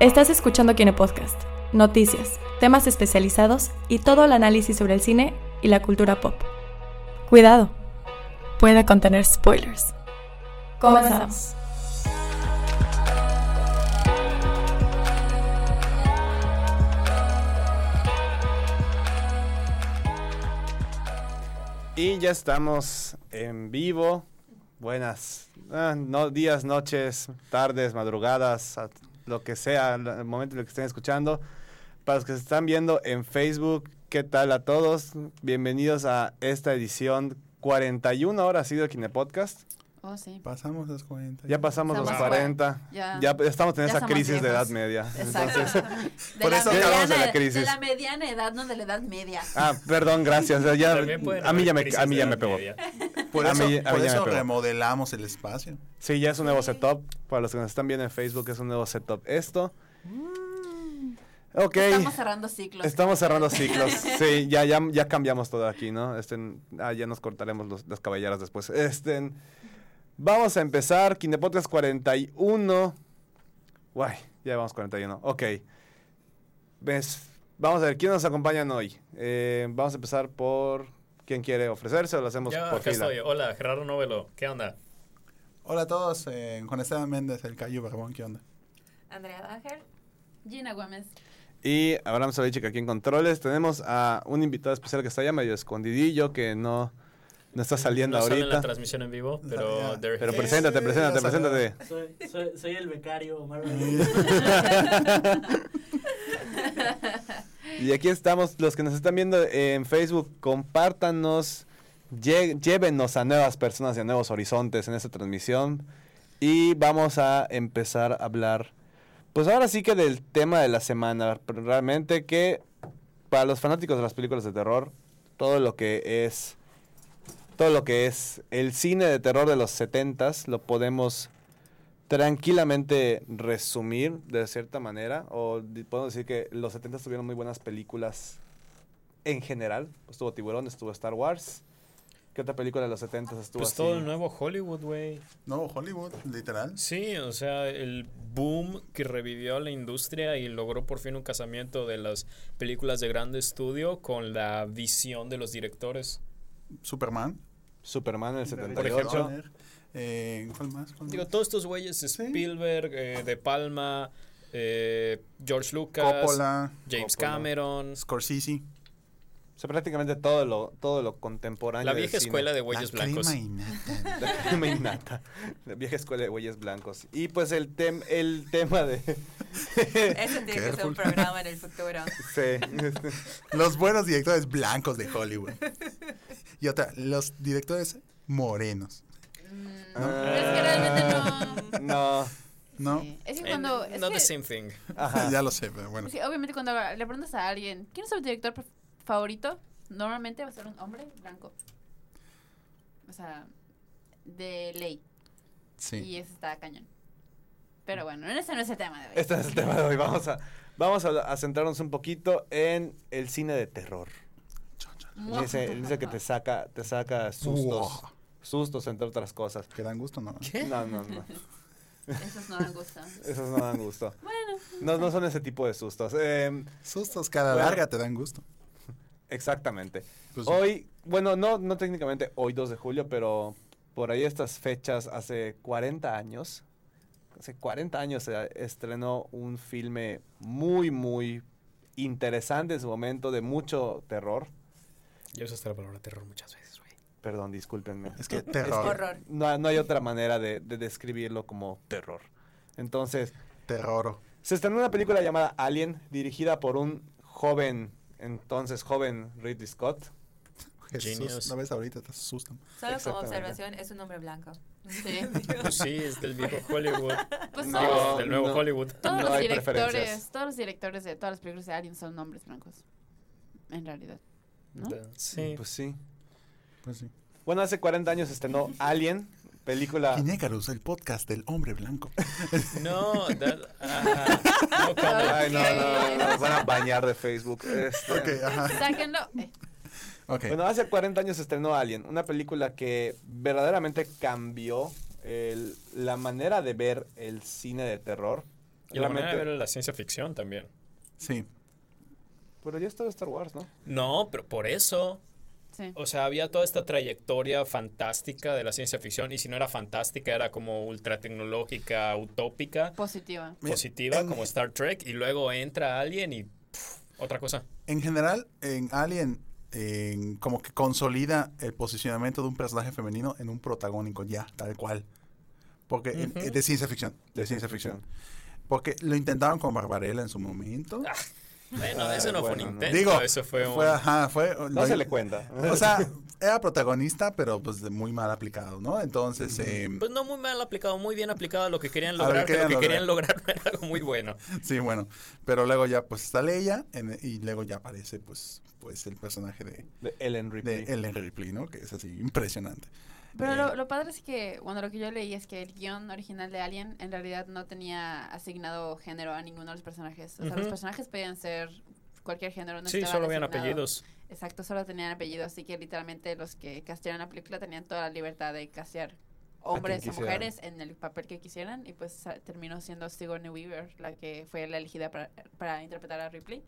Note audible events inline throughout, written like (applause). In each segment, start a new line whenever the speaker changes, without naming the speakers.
Estás escuchando Cine Podcast, noticias, temas especializados y todo el análisis sobre el cine y la cultura pop. Cuidado, puede contener spoilers. Comenzamos.
Y ya estamos en vivo. Buenas ah, no, días, noches, tardes, madrugadas, a- lo que sea, al al momento en el que estén escuchando. Para los que se están viendo en Facebook, ¿qué tal a todos? Bienvenidos a esta edición. 41 horas ha sido el Kinepodcast.
Oh, sí.
Pasamos las 40.
Ya pasamos los
Estamos
40.
ya.
Ya estamos en
Ya
esa
estamos
crisis de edad
viejos.
media.
Exacto.
Entonces,
De
por
la
eso
mediana-
hablamos de la crisis.
De la mediana edad, no de la edad media.
ah, perdón, gracias. Ya-
También pueden
Ah, a mí ya me,
haber
a mí
crisis
ya
de
me
edad
pegó.
media.
Por
A
eso,
mí- a mí
por
ya me
eso
pegó.
remodelamos el espacio.
Sí, ya es un nuevo setup. Para los que nos están viendo en Facebook, es un nuevo setup esto. Ok.
Estamos cerrando ciclos.
Estamos cerrando ciclos. Sí, ya, ya, ya cambiamos todo aquí, ¿no? Este, ah, ya nos cortaremos los- las caballeras después. Este, vamos a empezar. Kinepodcast 41. Guay, ya vamos 41. Ok. Ves, vamos a ver, ¿quién nos acompañan hoy? Eh, vamos a empezar por... ¿Quién quiere ofrecerse o lo hacemos
Ya,
por
acá
fila?
estoy. Hola, Gerardo Novelo. ¿Qué onda?
Hola a todos, eh, Juan Esteban Méndez, el Cayo Barbón, ¿qué onda?
Andrea Dager. Gina Gómez.
Y Abraham Solovichik aquí en Controles. Tenemos a un invitado especial que está ya medio escondidillo, que no, no está saliendo
No sale en la
ahorita.
transmisión en vivo,
Ah,
pero...
ya.
there
Pero
he is.
preséntate,
Sí,
preséntate,
ya salió.
preséntate.
Soy, soy, soy el becario
(laughs)
Omar
(laughs) Y aquí estamos, los que nos están viendo en Facebook, compártanos, lle- llévenos a nuevas personas y a nuevos horizontes en esta transmisión. Y vamos a empezar a hablar, pues ahora sí que del tema de la semana, pero realmente que para los fanáticos de las películas de terror, todo lo que es, todo lo que es el cine de terror de los 70s lo podemos tranquilamente resumir de cierta manera, o di- podemos decir que los 70 tuvieron muy buenas películas en general. Estuvo Tiburón, estuvo Star Wars. ¿Qué otra película de los 70 estuvo
Pues
así?
todo el nuevo Hollywood, güey.
No, Hollywood, literal.
Sí, o sea, el boom que revivió a la industria y logró por fin un casamiento de las películas de grande estudio con la visión de los directores.
Superman.
Superman en el
Por
78.
ejemplo.
Eh, ¿Cuál más? ¿Cuál
Digo,
más?
todos estos güeyes, Spielberg, eh, De Palma, eh, George Lucas,
Coppola,
James
Coppola.
Cameron,
Scorsese.
O sea, prácticamente todo lo, todo lo contemporáneo.
la
del
vieja
cine. (laughs)
escuela de güeyes
La
blancos.
crema innata.
La crema innata. La vieja escuela de güeyes blancos. Y pues el, tem- el tema de...
(laughs)
(laughs)
Ese tiene que ser un
Careful.
programa en el futuro.
sí. este,
Los buenos directores blancos de Hollywood. Y otra, los directores morenos.
Pero Mm, es que realmente no.
Ah. No.
¿No?
Sí. Es que
Eh,
cuando. es
not
que-
the same thing.
Ajá.
ya lo sé, pero bueno.
sí, obviamente, cuando le preguntas a alguien, ¿quién es tu director pref- favorito? Normalmente va a ser un hombre blanco. O sea, de ley. Y
Sí.
eso está cañón. Pero bueno, ese no es el tema de hoy.
Este es el tema de hoy. Vamos a, vamos a, a centrarnos un poquito en el cine de terror. Él dice, él dice que te saca, te saca sustos.
Uah.
Sustos, entre otras cosas.
Que dan gusto, ¿no?
No, no, no.
Esos (laughs) no me gustan.
Esos no dan gusto. No, no son ese tipo de sustos. Eh,
Sustos, cara
Bueno.
larga te dan gusto.
exactamente.
Pues sí.
Hoy, bueno, no, no técnicamente hoy 2 de julio, pero por ahí estas fechas, hace 40 años, hace 40 años se estrenó un filme muy, muy interesante en su momento, de mucho terror.
Ya usaste la palabra terror muchas veces, güey.
Perdón, discúlpenme.
Es que terror.
Horror.
No, no hay otra manera de, de describirlo como terror. Entonces,
Terroro.
se estrenó una película llamada Alien, dirigida por un joven, entonces joven Ridley Scott.
Jesús,
Genius.
no ves ahorita, te asustan.
Solo como
Exactamente.
observación, es un hombre blanco.
Sí. (laughs)
(laughs)
Pues sí, es del (laughs) viejo Hollywood.
Pues
No.
todos,
Digo, del nuevo
no.
Hollywood.
todos
no
(laughs)
los
hay preferencias.
directores, todos los directores de todas las películas de Alien son hombres blancos. En realidad. ¿No?
Sí.
Pues sí.
Pues sí.
Bueno, hace 40 años se estrenó Alien, película...
Kinécarus, Ah. el podcast del hombre blanco.
No, that, ah, no comment.
Ay, no, no, no, nos van a bañar de Facebook. Este,
(laughs) ok, ajá.
(laughs) Sáquenlo. Eh,
Ok.
Bueno, hace 40 años se estrenó Alien, una película que verdaderamente cambió el- la manera de ver el cine de terror.
Y la manera de
Realmente-
ver la ciencia ficción también.
Sí.
Pero ya estaba Star Wars, ¿no?
No, pero por eso.
Sí.
O sea, había toda esta trayectoria fantástica de la ciencia ficción. Y si no era fantástica, era como ultra tecnológica, utópica,
Positiva.
Mira,
positiva,
en-
como Star Trek. Y luego entra alguien y. pf, otra cosa.
En general, en Alien, en- como que consolida el posicionamiento de un personaje femenino en un protagónico, ya, tal cual. Porque en-
Ujú.
de ciencia ficción, de ciencia ficción. Porque lo intentaron con Barbarella en su momento.
Ah, Bueno,
Ay,
eso no fue
bueno,
un
no.
intento.
Digo,
eso fue un.
ajá, fue-
No
lo-
se le cuenta.
(laughs) O sea, era protagonista, pero pues de muy mal aplicado, ¿no? Entonces, eh,
Pues no muy mal aplicado, muy bien aplicado lo que querían
A lo que
lograr, pero lo que
querían
querían lograr (laughs) no era algo muy bueno.
sí, bueno. Pero luego ya pues sale ella en- y luego ya aparece pues pues el personaje de,
de Ellen Ripley.
de Ellen Ripley, ¿no? Que es así, impresionante.
Pero
Eh,
lo, lo padre es que, bueno, lo que yo leí es que el guión original de Alien en realidad no tenía asignado género a ninguno de los personajes. O sea, los
Ujú.
personajes podían ser cualquier género. No
sí,
estaban
solo habían
asignados.
apellidos.
Exacto, solo tenían apellidos. Así que literalmente los que castearon la película tenían toda la libertad de castear hombres o
quisieran.
mujeres en el papel que quisieran. Y pues sa- terminó siendo Sigourney Weaver la que fue la elegida para, para interpretar a Ripley.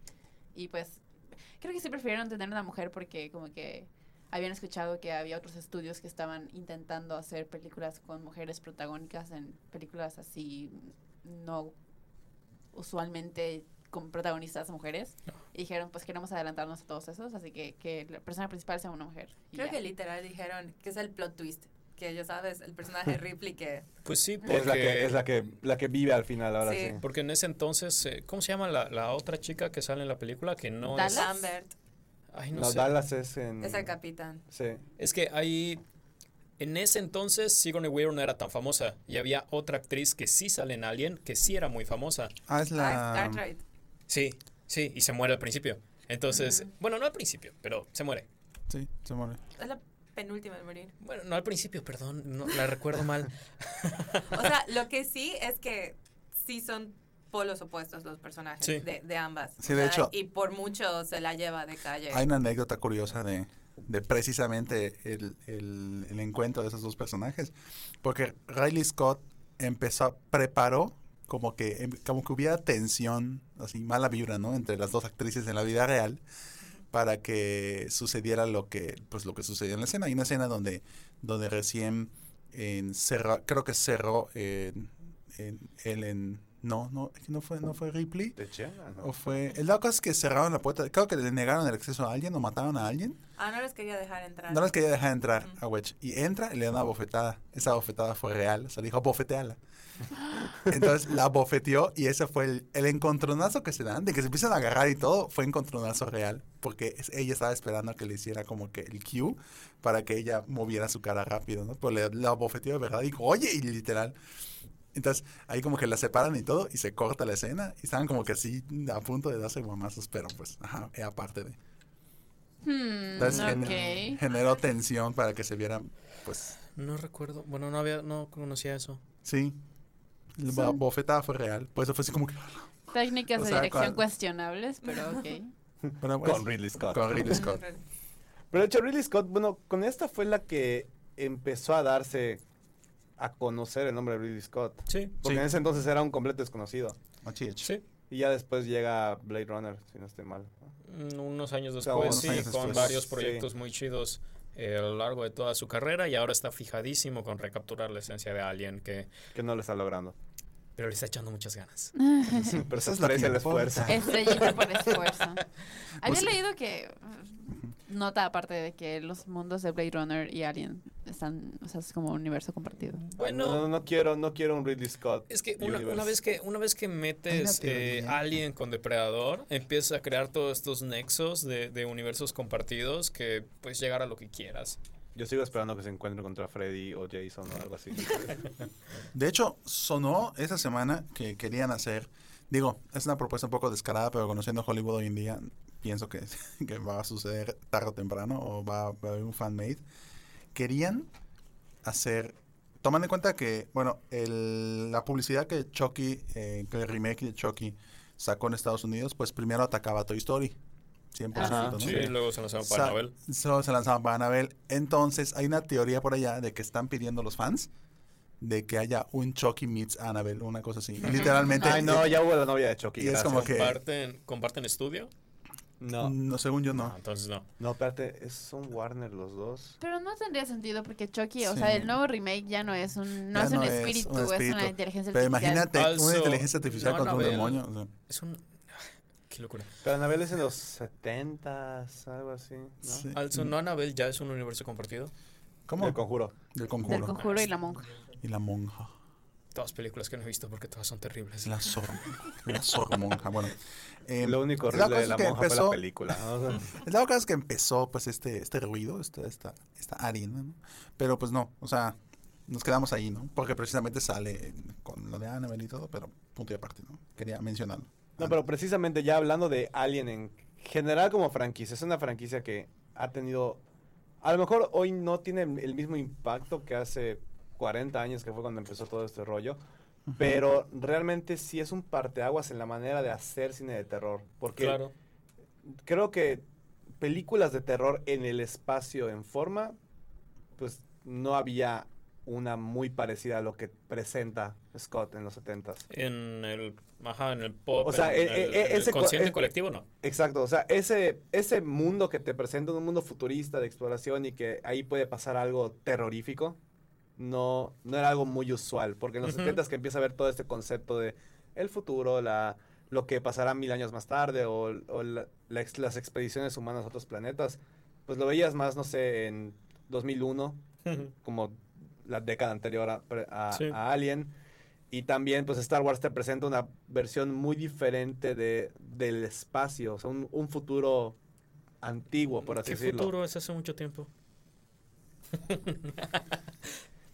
Y pues creo que sí prefirieron tener una mujer porque como que habían escuchado que había otros estudios que estaban intentando hacer películas con mujeres protagónicas en películas así no usualmente con protagonistas mujeres. Y dijeron, pues queremos adelantarnos a todos esos, así que que la persona principal sea una mujer. y
Creo
ya.
que literal dijeron que es el plot twist. Que ya sabes, el
(laughs)
personaje de Ripley que.
Pues sí, porque,
es la que, es la que, la que vive al final ahora sí.
Sí.
porque en ese entonces, eh, ¿cómo se llama la, la otra chica que sale en la película? Que no
Dallas.
es.
Lambert
Ay, no,
No,
sé.
Dallas es
Mm.
en.
es el capitán.
Sí.
Es que ahí. En ese entonces, Sigourney Weaver no era tan famosa. Y había otra actriz que sí sale en Alien, que sí era muy famosa.
Ah, es
Ah,
la...
Star Trek.
Sí, sí, y se muere al principio. Entonces, bueno, no al principio, pero se muere.
Sí, se muere.
Es la penúltima en morir.
Bueno, no al principio, perdón, no, la recuerdo mal.
O sea, lo que sí es que sí son polos opuestos los personajes
Sí.
de, de ambas.
Sí,
O
de
sea,
hecho-
Y por mucho se la lleva de calle.
Hay una anécdota curiosa de, de precisamente el, el- el encuentro de esos dos personajes, porque Riley Scott empezó, preparó como que, em- como que hubiera tensión, así mala vibra, ¿no? Entre las dos actrices en la vida real para que sucediera lo que, pues lo que sucedió en la escena. Hay una escena donde, donde recién en cerra- creo que cerró en, en, Ellen- no, no, no fue, no fue Ripley.
¿De Chena?
O fue. El loco es que cerraron la puerta. Creo que le negaron el acceso a alguien o mataron a alguien.
Ah, no los quería dejar entrar.
No les quería dejar entrar
Ujú.
a Wedge. Y entra y le da una bofetada. Esa bofetada fue real. O sea,
(laughs)
dijo, bofeteala. Entonces la bofeteó y ese fue el, el encontronazo que se dan. De que se empiezan a agarrar y todo, fue encontronazo real. Porque es- ella estaba esperando que le hiciera como que el cue para que ella moviera su cara rápido, ¿no? Pero le, la bofeteó de verdad. Dijo, oye, y literal. Entonces ahí como que la separan y todo y se corta la escena. Y estaban como que así a punto de darse guamazos. Pero pues, ajá, eh, aparte de.
Hmm,
Entonces gen-
ok.
(laughs) generó tensión para que se viera, pues,
No recuerdo, bueno, no había, no conocía eso.
sí. La bo- bofetada fue real. Pues eso fue así como que.
Técnicas
O
de
sea,
dirección
cuando-
cuestionables, pero ok.
(laughs)
bueno, pues,
Con Ridley Scott.
con Ridley Scott.
Pero de hecho, Ridley Scott, bueno, con esta fue la que empezó a darse a conocer el nombre de Ridley Scott.
Sí,
Porque en ese entonces era un completo desconocido.
Así es.
sí.
Y ya después llega Blade Runner, si no estoy mal. ¿no?
Mm, Unos años
sea,
después,
unos
sí,
años
con
después.
varios
Sí.
proyectos muy chidos eh, a lo largo de toda su carrera y ahora está fijadísimo con recapturar la esencia de Alien, que,
Que no lo está
(clears throat)
logrando.
pero le está echando muchas ganas.
Pero
Eso
se
es lo que
aprecia el
importa.
esfuerzo.
Estrellita por
(laughs)
esfuerzo. Había
Pues-
leído que nota aparte de que los mundos de Blade Runner y Alien están, o sea, es como un universo compartido.
Bueno,
No, no quiero, no quiero un Ridley Scott.
Eh, es que una,
universe.
una vez que una vez que metes
Hay una
eh,
teoría.
Alien con Depredador, empiezas a crear todos estos nexos de, de universos compartidos que puedes llegar a lo que quieras.
Yo sigo esperando que se encuentre contra Freddy o Jason o algo
(laughs)
así.
De hecho, sonó esa semana que querían hacer. Digo, es una propuesta un poco descarada, pero conociendo Hollywood hoy en día, pienso que, (laughs) que va a suceder tarde o temprano o va, va a haber un fanmade. Querían hacer. Tomando en cuenta que, bueno, el- la publicidad que Chucky, eh, que el remake de Chucky sacó en Estados Unidos, pues primero atacaba a Toy Story. 100%.
Ajá.
¿no?
Sí, luego se lanzaron
Sa-
para Marvel.
Solo se lanzaban para Anabel. Entonces, hay una teoría por allá de que están pidiendo los fans de que haya un Chucky meets Annabelle, una cosa así. Y literalmente. eh,
Ay, no, ya hubo la novia de Chucky.
Y es
gracias.
como que- mm.
¿Comparten, ¿Comparten estudio?
No,
no, según yo no.
Ah, entonces no.
no, espérate, es- son Warner los dos.
Pero no tendría sentido porque Chucky, o
Sí.
sea, el nuevo remake ya no es un, no
Ya
es un,
no es un
espíritu, es
espíritu.
una inteligencia
Pero
artificial.
imagínate una
Also,
inteligencia artificial
no,
contra un
Annabelle.
demonio. o sea.
Es un... Qué locura.
Pero Anabel es en los 70 algo así. ¿no?
Sí.
Also, ¿no Annabelle ya es un universo compartido?
¿Cómo?
El conjuro.
Del
Del
conjuro.
conjuro y la monja.
Y la monja.
Todas películas que no he visto porque todas son terribles.
La zorra. La zorra monja. Bueno. eh,
Lo único horrible
la cosa
de
es
Em, la
que
monja fue
empezó-
la película. ¿no? O sea,
La cosa es que empezó pues este, este ruido, esta, esta, esta harina, ¿no? Pero pues no, o sea, nos quedamos ahí, ¿no? Porque precisamente sale eh, con lo de Annabelle y todo, pero punto y aparte, ¿no? Quería mencionarlo.
(laughs) No, pero precisamente ya hablando de Alien en general como franquicia, es una franquicia que ha tenido, a lo mejor hoy no tiene el mismo impacto que hace 40 años que fue cuando empezó todo este rollo, pero realmente sí es un parteaguas en la manera de hacer cine de terror, porque
Claro.
creo que películas de terror en el espacio en forma, pues no había una muy parecida a lo que presenta Scott en los 70s.
En el... Ajá, en el pop.
O sea,
en
eh,
el,
eh,
en el
ese co-
consciente
eh,
colectivo, ¿no?
Exacto, o sea, ese, ese mundo que te presenta, un mundo futurista de exploración y que ahí puede pasar algo terrorífico, no, no era algo muy usual, porque en los
Ujú.
70s que empieza a ver todo este concepto de el futuro, la, lo que pasará mil años más tarde o, o la- la ex- las expediciones humanas a otros planetas, pues lo veías más, no sé, en 2001, como la década anterior a, pre- a-
Sí.
a Alien. Y también, pues, Star Wars te presenta una versión muy diferente de, del espacio, o sea, un, un futuro antiguo, (laughs) por así
¿Qué
decirlo.
futuro es hace mucho tiempo?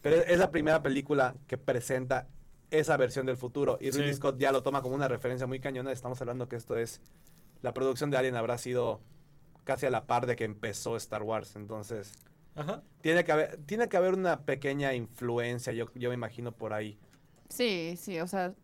Pero es la primera película que presenta esa versión del futuro. Y Ridley
Sí.
Scott ya lo toma como una referencia muy cañona. Estamos hablando que esto es. La producción de Alien habrá sido casi a la par de que empezó Star Wars. Entonces,
Ajá.
tiene que haber, tiene que haber una pequeña influencia, yo, yo me imagino, por ahí.
Sí, sí, o sea,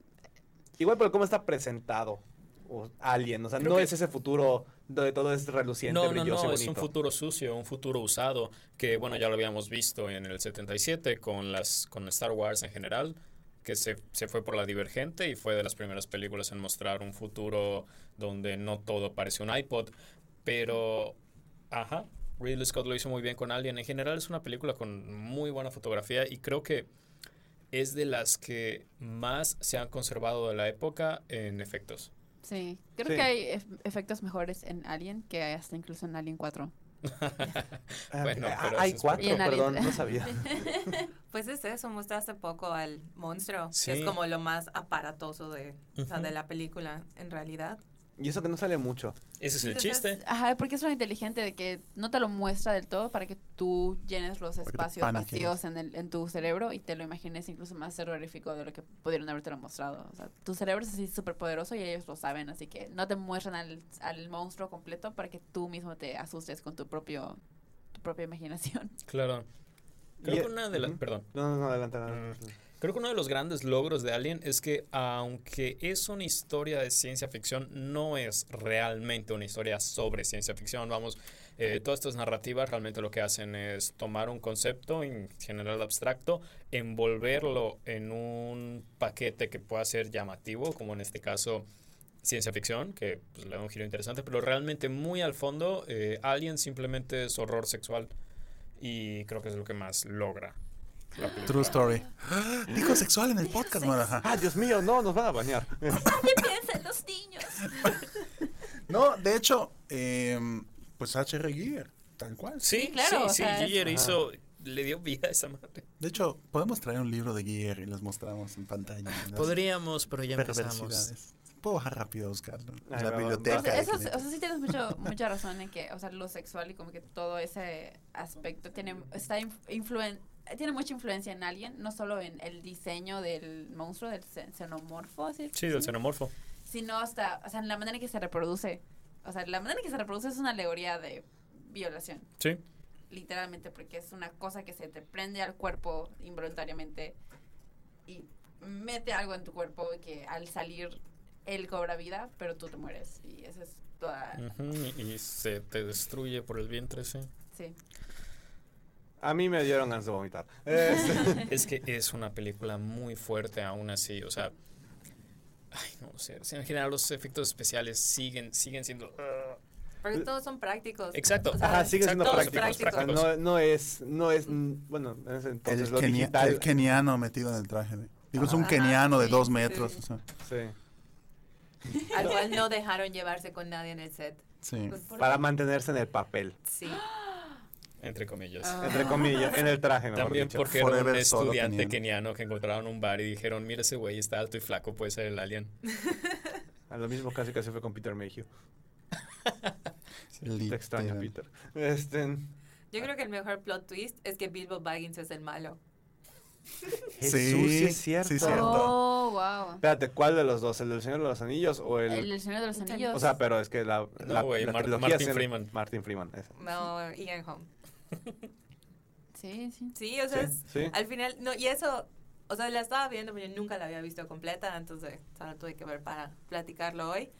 Igual por cómo está presentado o Alien. O sea,
Creo
no
que-
es ese futuro donde todo es reluciente,
No, no,
brilloso
no,
y
es un
bonito.
futuro sucio, un futuro usado, que bueno, ya lo habíamos visto en el 77 con las con Star Wars en general, que se, se fue por la divergente y fue de las primeras películas en mostrar un futuro donde no todo parece un iPod, pero ajá, Ridley Scott lo hizo muy bien con Alien. En general es una película con muy buena fotografía y creo que es de las que más se han conservado de la época en efectos.
sí. Creo
Sí.
que hay ef- efectos mejores en Alien que hasta incluso en Alien 4.
Ah,
Bueno,
ah,
pero
hay
eso es
cuatro,
Y en Alien
perdón,
tres.
no
(laughs)
sabía.
Pues es eso, mostré hace poco al monstruo,
Sí.
que es como lo más aparatoso de, o sea,
Ujú.
de la película, en realidad.
Y eso que no sale mucho.
Ese es el
Entonces,
chiste.
Ajá, porque es lo inteligente de que no te lo muestra del todo para que tú llenes los
que te
espacios
paniques.
vacíos en, el, en tu cerebro y te lo imagines incluso más terrorífico de lo que pudieron haberte lo mostrado. O sea, tu cerebro es así súper poderoso y ellos lo saben, así que no te muestran al, al monstruo completo para que tú mismo te asustes con tu propio tu propia imaginación.
Claro. Creo
Y- e-
que una de las...
Ujú.
Perdón.
No, no, no, adelante, adelante.
Creo que uno de los grandes logros de Alien es que aunque es una historia de ciencia ficción, no es realmente una historia sobre ciencia ficción. Vamos, eh, todas estas narrativas realmente lo que hacen es tomar un concepto en general abstracto, envolverlo en un paquete que pueda ser llamativo, como en este caso ciencia ficción, que pues, le da un giro interesante, pero realmente muy al fondo, eh, Alien simplemente es horror sexual y creo que es lo que más logra. la película.
True story. ¡Ah! Dijo sexual en el podcast, bueno, ajá.
Ah, Dios mío, no, nos van a bañar.
¡Piensa en (laughs) los niños!
No, de hecho, em, pues H.R. Giger, tal cual.
Sí,
claro, o
sí, sí.
sea, es-
Giger
Ajá.
hizo, le dio vida a esa madre.
De hecho, podemos traer un libro de Giger y los mostramos en pantalla. las
Podríamos, pero ya empezamos.
perversidades. Puedo bajar rápido a buscarlo.
Ahí
la
va,
biblioteca.
va.
O sea,
de
Pues eso es-
Kinect.
o sea, sí tienes mucho, mucha razón en que, o sea, lo sexual y como que todo ese aspecto tiene, está inf- influen- tiene mucha influencia en alguien, no solo en el diseño del monstruo, del ce- xenomorfo, así
Sí, del xenomorfo.
sino hasta, o sea, en la manera en que se reproduce. O sea, la manera en que se reproduce es una alegoría de violación,
Sí.
literalmente, porque es una cosa que se te prende al cuerpo involuntariamente y mete algo en tu cuerpo que al salir él cobra vida, pero tú te mueres. Y esa es toda...
Ujú, Y se te destruye por el vientre, sí.
Sí.
A mí me dieron ganas de vomitar. Este,
(laughs)
Es que es una película muy fuerte aún así, o sea, ay, no sé, o sea, en general los efectos especiales siguen siguen siendo uh,
Porque todos son prácticos.
Exacto.
O sea,
Ajá, ah, sigue siendo
Exacto,
práctico.
prácticos,
O sea, No, no es, no es, mm, bueno, en ese entonces
el,
lo
kenia-
digital.
el keniano metido en el traje. de- Digo, es un
Ajá,
keniano de
sí,
dos
sí.
metros. o sea,
Sí.
Al cual no dejaron llevarse con nadie en el set.
sí.
Pues,
Mm. Para mantenerse en el papel,
sí.
entre comillas.
Ah.
entre comillas, en el traje, mejor
También
dicho.
porque era un
Forever solo
estudiante
keniano.
keniano que encontraron un bar y dijeron, mira ese güey está alto y flaco, puede ser el alien.
A lo mismo casi casi fue con Peter Mayhew. Te
Literal.
extraño, Peter. Este,
Yo creo que el mejor plot twist es que Bilbo Baggins es el malo.
Jesús,
sí
sí
es
es cierto.
cierto.
Oh, wow.
Espérate, ¿cuál de los dos? ¿El del Señor de los Anillos o el...?
El, del Señor de los
El-
Anillos.
o sea, pero es que la, la,
güey,
la
Mar-
trilogía
Martin
es en-
Freeman.
Martin Freeman, ese.
No, Ian Home.
sí, sí.
Sí, o sea, es-
Sí, sí.
al final, no, y eso, o sea, la estaba viendo, pero yo nunca la había visto completa, entonces solo tuve que ver para platicarlo hoy.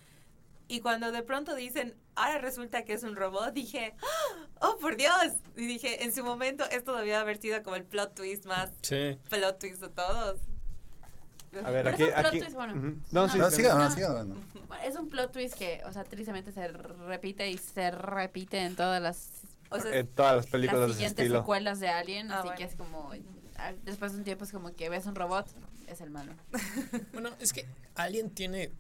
Y cuando de pronto dicen, ahora resulta que es un robot, dije, ¡Ah! oh, por Dios. Y dije, en su momento esto debió haber sido como el plot twist más
Sí.
plot twist de todos.
A ver,
Pero
aquí...
es un plot
aquí
twist, bueno.
Ujú. No, sí,
No,
sí.
sigue hablando, sigue hablando.
Es un plot twist que, o sea, tristemente se repite y se repite en todas las,
O sea,
en todas las
las
películas de ese
siguientes
estilo.
secuelas de Alien.
Ah,
así
bueno.
que es como, ah, después de un tiempo es como que ves un robot, es el malo.
Bueno, es que Alien tiene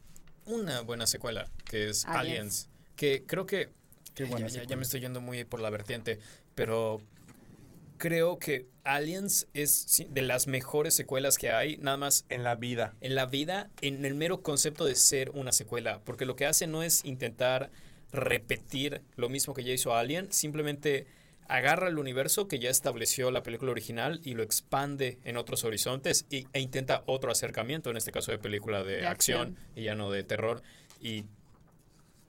una buena secuela, que es Aliens,
Aliens.
que creo que...
Qué
ya-
buena
ya, ya
secuela.
me estoy yendo muy por la vertiente, pero creo que Aliens es sí, de las mejores secuelas que hay, nada más
En la vida.
en la vida, en el mero concepto de ser una secuela, porque lo que hace no es intentar repetir lo mismo que ya hizo Alien, simplemente agarra el universo que ya estableció la película original y lo expande en otros horizontes y- e intenta otro acercamiento, en este caso de película de,
De
acción,
acción.
y ya no de terror. Y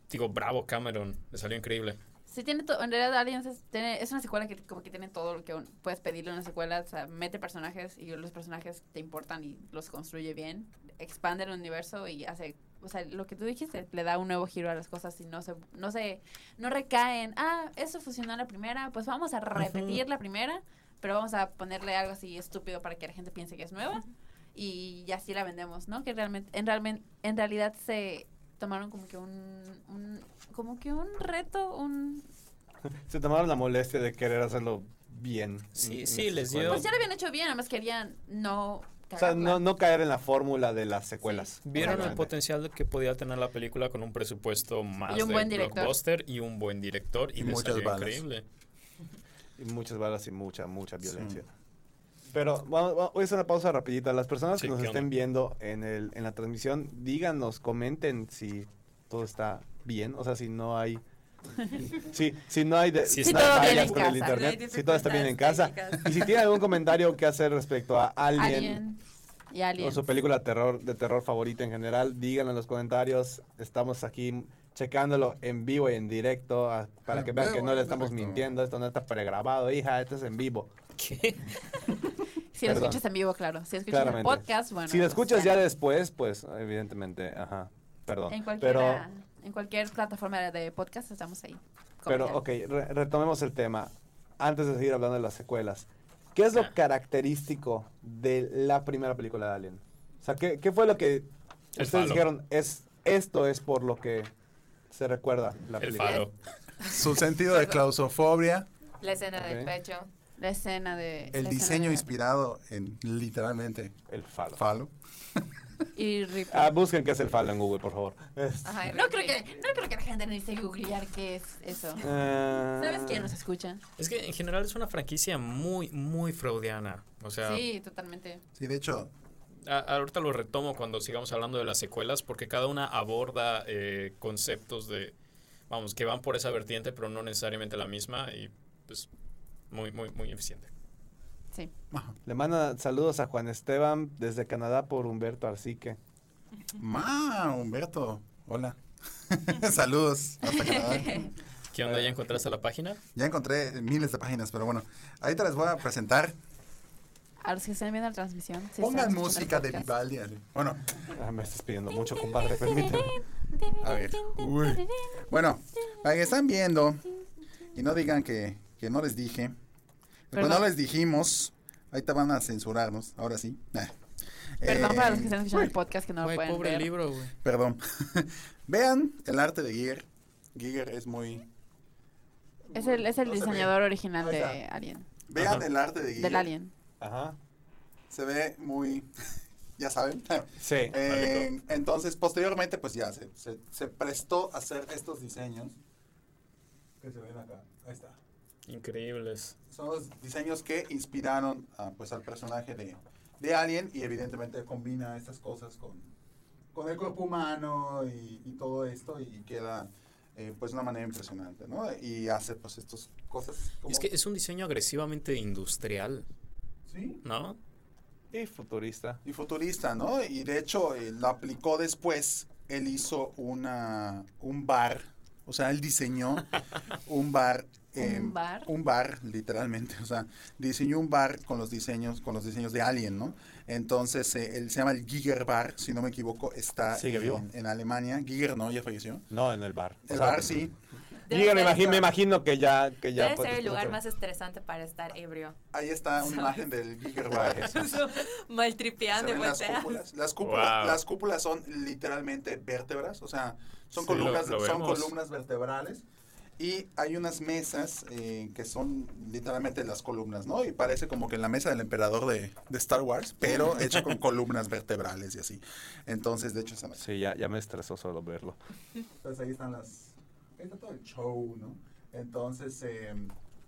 digo, bravo Cameron, le salió increíble.
Sí, tiene todo. En realidad, Aliens es, tiene- es una secuela que como que tiene todo lo que un- puedes pedirle a una secuela. O sea, mete personajes y los personajes te importan y los construye bien. Expande el universo y hace. O sea, lo que tú dijiste, le da un nuevo giro a las cosas y no se. No, se, no recaen. Ah, eso funcionó en la primera. Pues vamos a repetir la primera. Pero vamos a ponerle algo así estúpido para que la gente piense que es nueva. Y, y así la vendemos, ¿no? Que realmente. En, realmente, en realidad se tomaron como que un- un como que un reto, un...
Se tomaron la molestia de querer hacerlo bien.
Sí,
en-
sí,
en esa
les dio-
secuela.
Pues ya lo habían hecho bien, además querían no...
O sea,
cagarla.
no, no caer en la fórmula de las secuelas.
Vieron el
Exactamente.
potencial que podía tener la película con un presupuesto más
Y un
de
buen director.
blockbuster y un buen director y,
Y
le
muchas
salió
balas.
increíble.
Y muchas balas y mucha, mucha
Sí.
violencia. Pero vamos, vamos- voy a hacer una pausa rapidita. Las personas
Sí,
que nos
¿qué
estén
onda?
viendo en, el, en la transmisión, díganos, comenten si todo está bien. O sea, si no hay... Sí, si no hay... de-
Si
no
está
hay
todo bien
fallas
en
con el
casa.
No
internet,
hay
si todo está bien en casa.
dificultades
Y si tienen algún comentario que hacer respecto a Alien,
Alien y Alien.
o su película terror, de terror favorita en general, díganlo en los comentarios. Estamos aquí checándolo en vivo y en directo a- para que
En
vean que
vivo
no
y
le
en
estamos
directo.
mintiendo. Esto no está pregrabado, hija. Esto es en vivo.
Si lo
Perdón.
escuchas en vivo, claro. Si escuchas el
Claramente.
podcast, bueno.
si lo
pues,
escuchas ya después, pues evidentemente, ajá. Perdón.
En cualquier,
pero,
en cualquier plataforma de podcast estamos ahí.
pero,
Comenten.
ok, re- retomemos el tema. Antes de seguir hablando de las secuelas, ¿qué es lo
Ah.
característico de la primera película de Alien? O sea, ¿qué, qué fue lo que
El
ustedes
falo.
dijeron? Es, esto es por lo que se recuerda la
El
película.
faro.
Su sentido de claustrofobia,
La escena del
Ok.
pecho.
La escena de... la escena
el diseño
de-
inspirado en literalmente
El falo.
falo.
Y Ripley.
Ah, busquen qué es el falo en Google, por favor. Es-
Ajá,
no, creo que, no creo que la gente necesite googlear qué es eso.
Ah.
¿Sabes quién nos escucha?
Es que en general es una franquicia muy, muy freudiana. O sea,
Sí, totalmente.
Sí, de hecho,
a- ahorita lo retomo cuando sigamos hablando de las secuelas, porque cada una aborda eh, conceptos de, vamos, que van por esa vertiente, pero no necesariamente la misma y pues muy, muy, muy eficiente.
Sí.
Le manda saludos a Juan Esteban desde Canadá por Humberto Arcique.
ma, Humberto, hola. (laughs) Saludos. hasta Canadá.
¿Qué
Ah.
onda? ¿Ya encontraste la página?
Ya encontré miles de páginas, pero bueno, ahorita les voy a presentar.
A los que estén viendo la transmisión. si están
Pongan
escuchando el
música de
podcast.
Vivaldi. Bueno,
Ah, me estás pidiendo mucho, compadre, permíteme.
A ver. Uy. Bueno, para que están viendo y no digan que, que no les dije,
Perdón.
Bueno, no les dijimos. Ahorita van a censurarnos, ahora sí. Nah.
Perdón
Eh,
para los que están escuchando el
bueno,
podcast que no lo
Güey,
pueden
pobre
ver.
libro, güey.
Perdón. (laughs) Vean el arte de Giger.
Giger es muy...
Es el, es el
No se ve.
diseñador original
Ahí
de
está.
Alien.
Vean
Ajá.
el arte de Giger.
Del Alien.
Ajá.
Se ve muy... (laughs) ya saben.
Sí.
Eh, entonces, posteriormente, pues ya se, se- se prestó a hacer estos diseños. Que se ven acá. Ahí está.
Increíbles.
Son los diseños que inspiraron a, pues, al personaje de, de Alien y evidentemente combina estas cosas con, con el cuerpo humano y, y todo esto y queda eh, pues de una manera impresionante, ¿no? Y hace pues estas cosas como...
Y es que es un diseño agresivamente industrial,
Sí,
¿no?
Y futurista.
y futurista, ¿no? Y de hecho, eh, lo aplicó después. Él hizo una, un bar, o sea,
(laughs)
él diseñó un bar. eh,
¿Un bar?
Un bar, literalmente. O sea, diseñó un bar con los diseños, con los diseños de Alien, ¿no? Entonces, eh, él se llama el Giger Bar, si no me equivoco, está
¿Sigue vivo?
en, en Alemania. Giger no, ya falleció.
No, en el bar. O
El
sea,
bar sí.
Giger, me
Debe
imagino, me
ser-
imagino que ya. Que ya
Debe
pues,
ser el lugar
escucha.
más estresante para estar ebrio.
Ahí está una imagen del
(laughs)
Giger Bar.
(laughs)
Se
Maltripeando,
ven las
voltea.
cúpulas. Las cúpulas,
Wow.
las cúpulas son literalmente vértebras, o sea, son,
Sí,
columnas,
lo- lo
son
vemos.
columnas vertebrales. Y hay unas mesas eh, que son literalmente las columnas, ¿no? Y parece como que la mesa del emperador de, de Star Wars, (laughs) pero hecha con columnas vertebrales y así. Entonces, de hecho, esa mesa.
Sí, ya, ya me estresó solo verlo.
Entonces ahí están las. Ahí está todo el show, ¿no? Entonces, eh,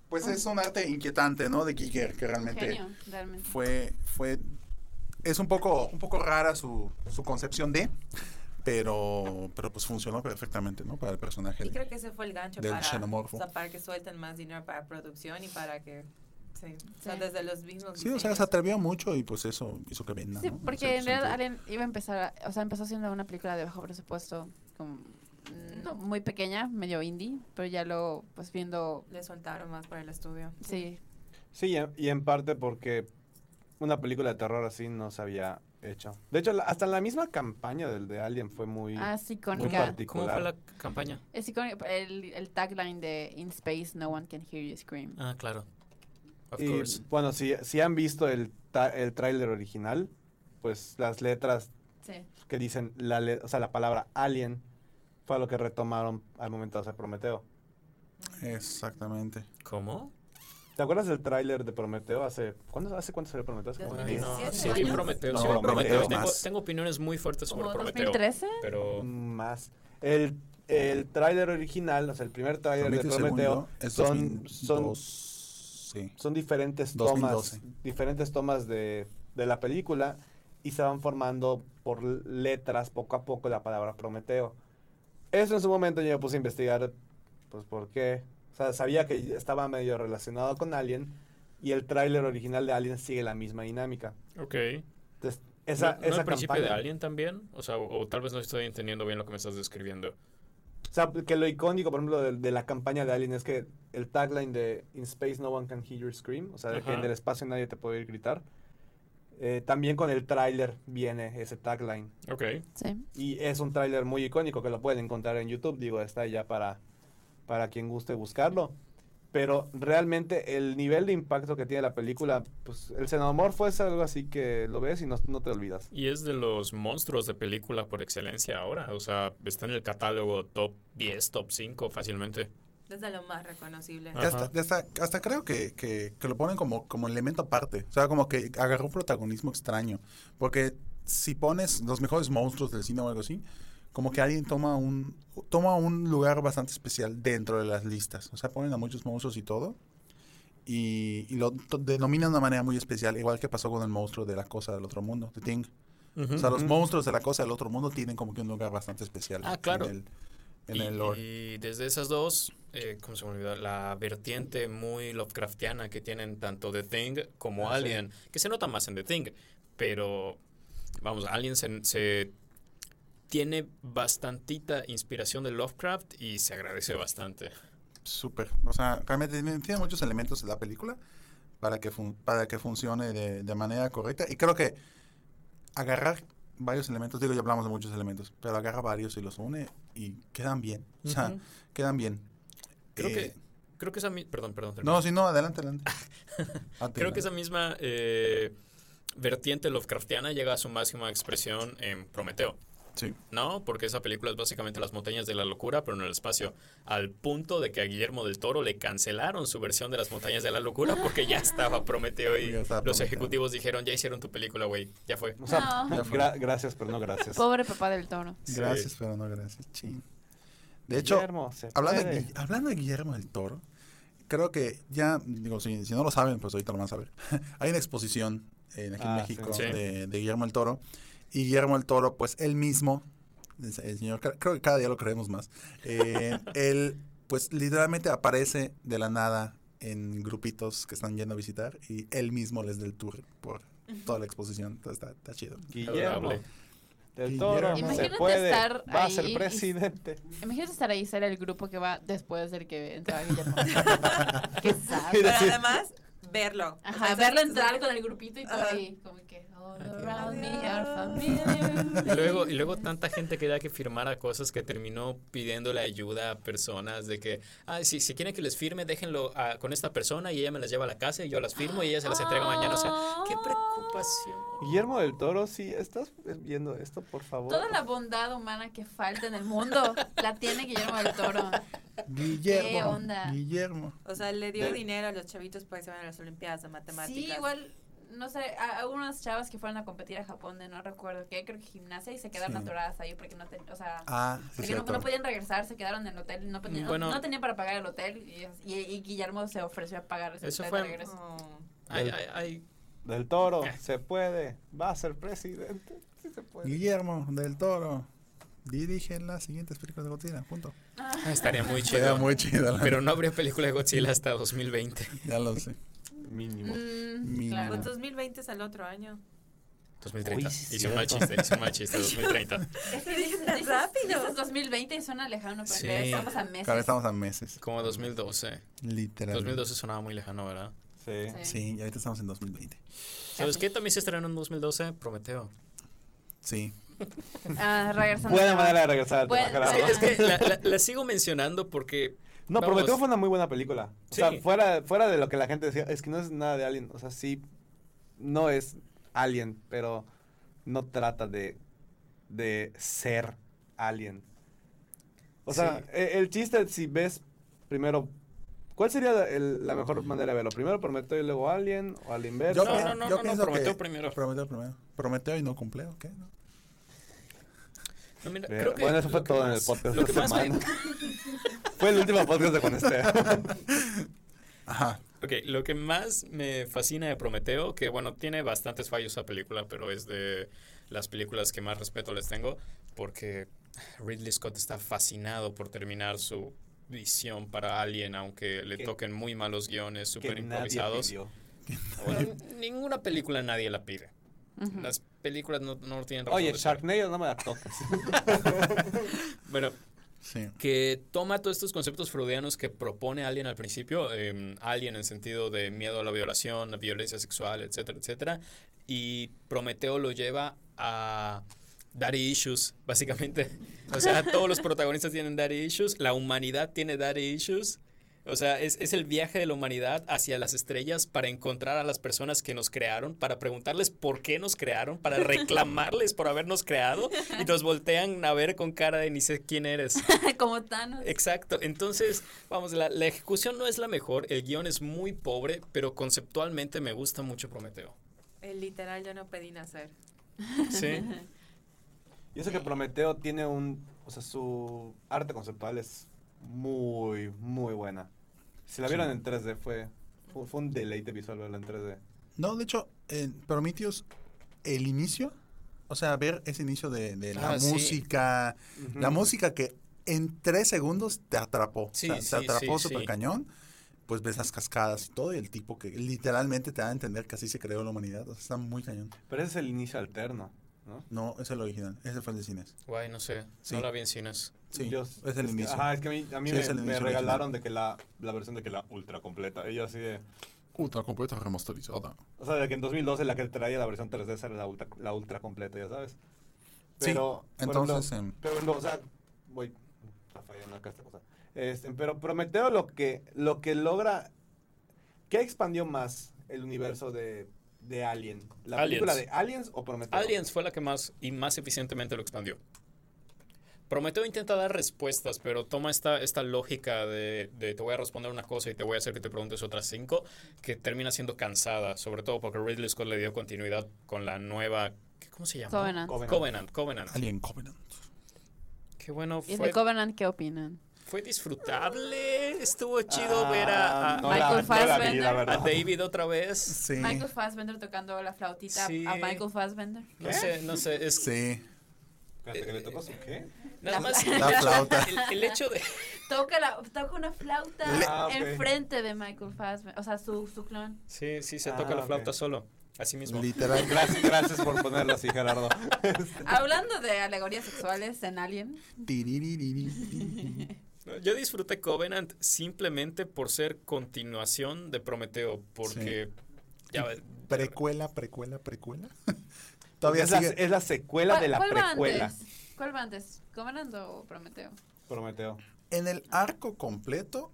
pues es un arte inquietante, ¿no? De Giger, que realmente
Genio, realmente.
fue fue es un poco un poco rara su, su concepción de pero pero pues funcionó perfectamente no para el personaje
Y
de-
creo que ese fue el gancho
Del
para,
xenomorfo.
o sea, para que suelten más dinero para producción y para que. Sí. O sea,
Sí.
desde los mismos.
sí o sea
diseños.
se atrevió mucho y pues eso hizo que venda
Sí,
¿no? En
porque
cierto
en realidad
sentido.
Alien iba a empezar, a- o sea, empezó siendo una película de bajo presupuesto, como, mm, no, muy pequeña, medio indie, pero ya lo, pues viendo,
Le soltaron más para el estudio.
sí,
Sí, y en, y en parte porque una película de terror así no se había hecho. De hecho, la- hasta la misma campaña del de Alien fue muy.
Ah,
Muy
así ah, icónica.
particular.
¿Cómo fue la campaña?
Es icónico, el, el tagline de In Space No One Can Hear You Scream.
Ah, claro. Of
y,
course.
bueno, si, si han visto el, ta- el tráiler original, pues las letras
Sí.
que dicen, la le- o sea, la palabra alien fue lo que retomaron al momento de hacer Prometeo.
exactamente
¿Cómo?
¿Te acuerdas del tráiler de Prometeo? ¿Hace cuándo hace cuánto salió Prometeo? ¿Hace como
Dos
Ay,
mil
diez?
no,
diecisiete
sí vi
años.
Prometeo,
No,
sí vi
Prometeo
Prometeo. Tengo,
más.
tengo opiniones muy fuertes sobre
¿Como
Prometeo.
2013?
Pero
Más. El, el tráiler original, o sea, el primer tráiler de Prometeo, son, son,
sí
son diferentes
2012.
tomas, diferentes tomas de, de la película y se van formando por letras poco a poco la palabra Prometeo. Eso en su momento yo me puse a investigar, pues, por qué. O sea, sabía que estaba medio relacionado con Alien y el tráiler original de Alien sigue la misma dinámica.
Ok.
Entonces, esa,
¿No, no
esa
el principio de
campaña-
Alien también? O sea, o, o tal vez no estoy entendiendo bien lo que me estás describiendo.
O sea, que lo icónico, por ejemplo, de, de la campaña de Alien es que el tagline de In space no one can hear your scream, o sea, de que
Ajá.
en el espacio nadie te puede oír gritar. Eh, también con el tráiler viene ese tagline.
Ok.
Sí.
Y es un tráiler muy icónico que lo pueden encontrar en YouTube, digo, está ya para, para quien guste buscarlo. Pero realmente el nivel de impacto que tiene la película, pues el xenomorfo es algo así que lo ves y no, no te olvidas.
Y es de los monstruos de película por excelencia ahora. O sea, está en el catálogo top 10, top 5 fácilmente.
Desde lo más reconocible.
Ah.
Ya
Ajá.
hasta, ya hasta- hasta creo que, que- que lo ponen como, como elemento aparte. O sea, como que agarró un protagonismo extraño. Porque si pones los mejores monstruos del cine o algo así, como que alguien toma un, toma un lugar bastante especial dentro de las listas. O sea, ponen a muchos monstruos y todo. Y, y lo to- denominan de una manera muy especial, igual que pasó con el monstruo de la cosa del otro mundo, de Ting. O sea, los
Ujú.
monstruos de la cosa del otro mundo tienen como que un lugar bastante especial
Ah, claro.
en el, en
y,
el lore.
y desde esas dos, eh, ¿cómo se me olvidó? La vertiente muy Lovecraftiana que tienen tanto The Thing como
Ah, sí.
Alien, que se nota más en The Thing, pero vamos, Alien se, se tiene bastantita inspiración de Lovecraft y se agradece bastante.
Súper. O sea, realmente tiene, tiene muchos elementos de la película para que, fun- para que funcione de, de manera correcta. Y creo que agarrar varios elementos, digo, ya hablamos de muchos elementos, pero agarra varios y los une y quedan bien. O sea,
Ujú.
quedan bien.
Creo
Eh,
que creo que esa mi- perdón, perdón. termina.
No, si no, adelante, adelante.
(laughs) Creo que
Adelante.
esa misma eh, vertiente Lovecraftiana llega a su máxima expresión en Prometeo.
Sí.
¿No? Porque esa película es básicamente las montañas de la locura, pero en el espacio. Al punto de que a Guillermo del Toro le cancelaron su versión de las montañas de la (laughs) locura porque ya estaba Prometeo y
Ya estaba
los
Prometeo.
ejecutivos dijeron, ya hicieron tu película, güey, ya fue.
O sea,
No.
Ya fue.
gra- gracias, pero no gracias.
Pobre papá del toro.
Gracias,
Sí.
pero no gracias. Chin. De hecho,
Guillermo, se
hablando de,
puede.
Guill- hablando de Guillermo del Toro, creo que ya, digo, si, si no lo saben, pues ahorita lo van a saber. (laughs) Hay una exposición en, aquí
Ah,
en México
sí. Sí.
De, de Guillermo del Toro. Y Guillermo del Toro, pues él mismo, el el señor, cre- creo que cada día lo creemos más, eh, él, pues literalmente aparece de la nada en grupitos que están yendo a visitar y él mismo les da el tour por toda la exposición. Entonces está, está chido.
Guillermo.
Adorable.
Del Toro,
Guillermo.
se
Imagínate
puede.
estar
Va a
ahí
ser
y- (laughs)
presidente.
Imagínate estar ahí, ser el grupo que va después del que entraba
(laughs)
Guillermo. Qué sad.
Y
Pero
decir-
además, verlo.
Ajá,
sea,
verlo
¿sabes?
entrar con el grupito y todo
Ajá.
ahí, como que all around me
Adiós.
are familiar.
Y luego, y luego tanta gente quería que firmara cosas que terminó pidiéndole ayuda a personas de que, ah, si, si quieren que les firme, déjenlo ah, con esta persona y ella me las lleva a la casa y yo las firmo y ella se las entrega mañana. O sea, qué
Ah.
preocupación.
Guillermo del Toro, sí, estás viendo esto, por favor.
Toda la bondad humana que falta en el mundo la tiene Guillermo del Toro.
Guillermo.
¿Qué onda?
Guillermo.
O sea, le dio
Del-
dinero a los chavitos para que se vayan a las Olimpiadas de Matemáticas.
Sí, igual, no sé, a, a unas chavas que fueron a competir a Japón de no recuerdo qué, creo que gimnasia y se quedaron
Sí.
atoradas ahí porque no, ten- o sea,
Ah, sí,
porque no,
cierto.
no podían regresar, se quedaron en el hotel, no, podían- no-
Bueno.
no tenían para pagar el hotel y, y- y Guillermo se ofreció a pagar ese
Eso
hotel
fue-
de
(laughs)
regreso.
Oh.
Ay, ay, ay.
Del Toro, se puede. Va a ser presidente. Sí se puede.
Guillermo del Toro dirige las siguientes películas de Godzilla, punto.
Ah, Estaría muy
Sería
chido.
muy chido, la-
Pero no habría película de Godzilla hasta 2020.
ya lo sé.
Mínimo.
Mm,
Mínimo.
claro.
Pues 2020 es el otro año.
2030.
Uy, sí,
hice un mal
cierto.
chiste, hice un mal chiste. 2030.
(laughs) Es que dices tan rápido.
Dices 2020 y suena lejano, pero
Sí.
ya estamos a meses.
Claro, estamos a meses,
Como 2012.
literalmente.
2012 sonaba muy lejano, ¿verdad?
Sí.
Sí, y ahorita estamos en 2020.
¿Sabes qué? También se estrenó en 2012 Prometeo.
Sí,
Ah, regresando.
Buena
al
manera
tema.
de regresar al tema,
Bueno,
carajo.
Sí, es que la, la- la sigo mencionando porque
No,
Vamos.
Prometeo fue una muy buena película. O sea,
Sí.
fuera, fuera de lo que la gente decía, es que no es nada de Alien. O sea, sí, no es Alien, pero no trata de, de ser Alien. O sea,
Sí.
e- el chiste, si ves primero, ¿cuál sería el- la mejor manera de verlo? ¿Primero Prometeo y luego Alien? ¿O al inverso?
pi-
no, no, no, Prometeo primero.
Prometeo primero. Prometeo y no cumple, ¿o ¿qué? No.
No, mira,
Pero,
creo que
bueno, eso fue
lo que
todo en el
más-
podcast
Lo
de
que
esta
más me-
semana.
(laughs)
fue el último podcast de Con Esther.
Ajá.
Ok, lo que más me fascina de Prometeo, que bueno, tiene bastantes fallos esa película, pero es de las películas que más respeto les tengo, porque Ridley Scott está fascinado por terminar su visión para Alien, aunque le
Que-
toquen muy malos guiones, súper
que nadie
improvisados.
pidió.
Bueno, ninguna película nadie la pide.
Ujú.
Las películas no, no tienen razón
Oye,
de ser.
Sharknado, no me la toques.
Bueno,
Sí.
que toma todos estos conceptos freudianos que propone Alien al principio, eh, Alien en sentido de miedo a la violación, la violencia sexual, etcétera, etcétera, y Prometeo lo lleva a daddy issues, básicamente. O sea, todos los protagonistas tienen daddy issues, la humanidad tiene daddy issues. O sea, es, es el viaje de la humanidad hacia las estrellas para encontrar a las personas que nos crearon, para preguntarles por qué nos crearon, para reclamarles por habernos creado y nos voltean a ver con cara de ni sé quién eres.
(laughs) Como Thanos.
Exacto. Entonces, vamos, la, la ejecución no es la mejor, el guión es muy pobre, pero conceptualmente me gusta mucho Prometeo.
El Eh, literal yo no pedí nacer.
Sí.
Y eso que Prometeo tiene un. O sea, su arte conceptual es muy, muy buena. Si la vieron en 3D, fue, fue, fue un deleite visual verla en 3D.
No, de hecho, en Prometheus, el inicio, o sea, ver ese inicio de, de la
Ah, sí.
música, la música que en tres segundos te atrapó.
Sí,
o sea,
sí,
te atrapó
sí,
súper
sí.
cañón. Pues ves las cascadas y todo, y el tipo que literalmente te da a entender que así se creó la humanidad. O sea, está muy cañón.
Pero ese es el inicio alterno, ¿no?
No, ese es el original. Ese fue el de cines.
Guay, no sé.
Sí.
No la vi en cines.
Sí,
Yo-
es el
que-
inicio.
Ajá, es que a mí, a mí
Sí,
me,
es el
me
inicio
regalaron de que la, la versión de que la ultra completa. Y yo así de.
Puta, completa remasterizada.
O sea, de que en 2012 la que traía la versión 3D esa era la ultra, la ultra completa, ya sabes.
Sí,
Pero, por ejemplo,
entonces, em,
Pero no, o sea, voy. Está fallando acá esta cosa. Este, pero Prometeo lo que, lo que logra. ¿Qué expandió más el universo de, de Alien? ¿La
Aliens.
película de Aliens o Prometeo?
Aliens fue la que más y más eficientemente lo expandió. Prometeo intenta dar respuestas, pero toma esta, esta lógica de, de te voy a responder una cosa y te voy a hacer que te preguntes otras cinco, que termina siendo cansada, sobre todo porque Ridley Scott le dio continuidad con la nueva... ¿qué- ¿Cómo se llama?
Covenant.
Covenant.
Covenant. Covenant.
Alien Covenant.
Qué bueno,
¿Y de
fue,
Covenant qué opinan?
Mm.
fue disfrutable, estuvo
Ah,
chido ver a, a-
no la-
a-
Michael Fassbender.
la
a
Ah, verdad.
David otra vez.
Sí.
Michael Fassbender tocando la flautita
Sí.
a Michael Fassbender.
No sé, no sé, es
Sí.
Espérate, ¿que le tocó su qué?
nada
La-
más
La flauta.
el- el hecho de...
Toca, la, toca una flauta
Ah, ok.
enfrente de Michael Fassbender. O sea, su, su clon.
Sí, sí, se
Ah,
toca la
ok.
flauta solo. Así mismo.
Literal.
Gracias, gracias por ponerlo así, Gerardo.
Hablando de alegorías sexuales en Alien.
Tiriririririri.
No, Yo disfruté Covenant simplemente por ser continuación de Prometeo, porque ya ves,
(laughs) Precuela, precuela, precuela. (laughs) Todavía
es, la,
sigue.
es la secuela de la
¿Cuál va
precuela.
antes? ¿Cuál va antes? ¿Covenant o Prometeo?
Prometeo.
En el arco completo.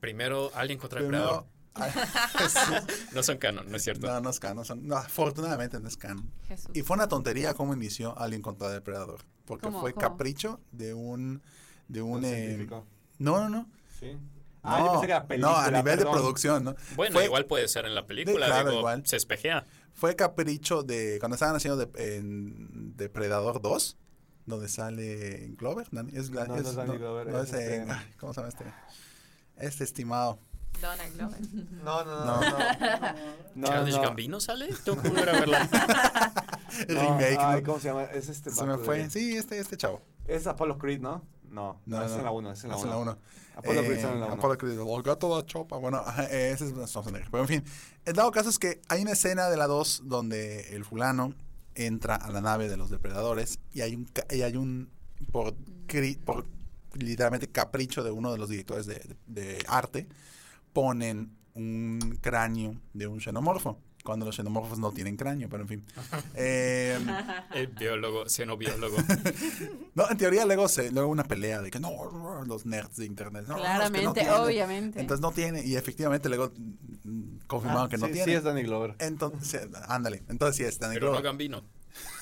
primero Alien contra el
primero-
Predador.
Sí.
No son canon, no es cierto.
No, no es canon. son- no, afortunadamente no es canon.
Jesús.
Y fue una tontería cómo inició Alien contra Depredador. Porque
¿Cómo?
fue
¿Cómo?
capricho de un. De un.
Un
eh,
científico.
no, no, no.
Sí. Ah, yo
no,
pensé que era
no,
película,
a nivel
perdón.
de producción, ¿no?
Bueno,
Fue-
igual puede ser en la película,
claro,
digo,
igual.
se espejea.
Fue capricho de. Cuando estaban haciendo de- en Depredador 2, donde sale Glover. ¿no? Es, la-
No, no
es-
es Danny Glover,
no
es
es, eh,
este-
ay, ¿Cómo se llama este? Este estimado. (laughs)
Donna Glover.
No, no, no. no, no,
Childish
no.
Gambino sale? Tengo que volver a verla.
(laughs)
No,
remake,
ay,
¿no?
¿cómo se llama? Es este.
Se me
vato
fue.
de-
Sí, este, este chavo.
Es Apollo Creed, ¿no? No, no,
No,
es
no,
en la 1, es en la
es
1.
en la 1.
Apollo
Eh,
Creed es en la 1.
Apollo Creed, los gatos de la chopa. Bueno, ajá, eh, ese es Schwarzenegger. Pero en fin, el dado caso es que hay una escena de la 2 donde el fulano entra a la nave de los depredadores y hay un, ca- y hay un por, cri- por literalmente capricho de uno de los directores de, de arte, ponen un cráneo de un xenomorfo. Cuando los xenomorfos no tienen cráneo, pero en fin. Eh,
El biólogo, xenobiólogo.
no, en teoría luego, se, luego una pelea de que no, los nerds de internet. (laughs) no, no, es que no
Claramente,
tienen".
obviamente.
Entonces no tiene, y efectivamente luego mm, confirmaron
Ah,
que no
sí,
tiene. Eh.
Sí, es Danny Glover.
Entonces, ándale, entonces sí es Danny
pero no
Glover.
Gambino.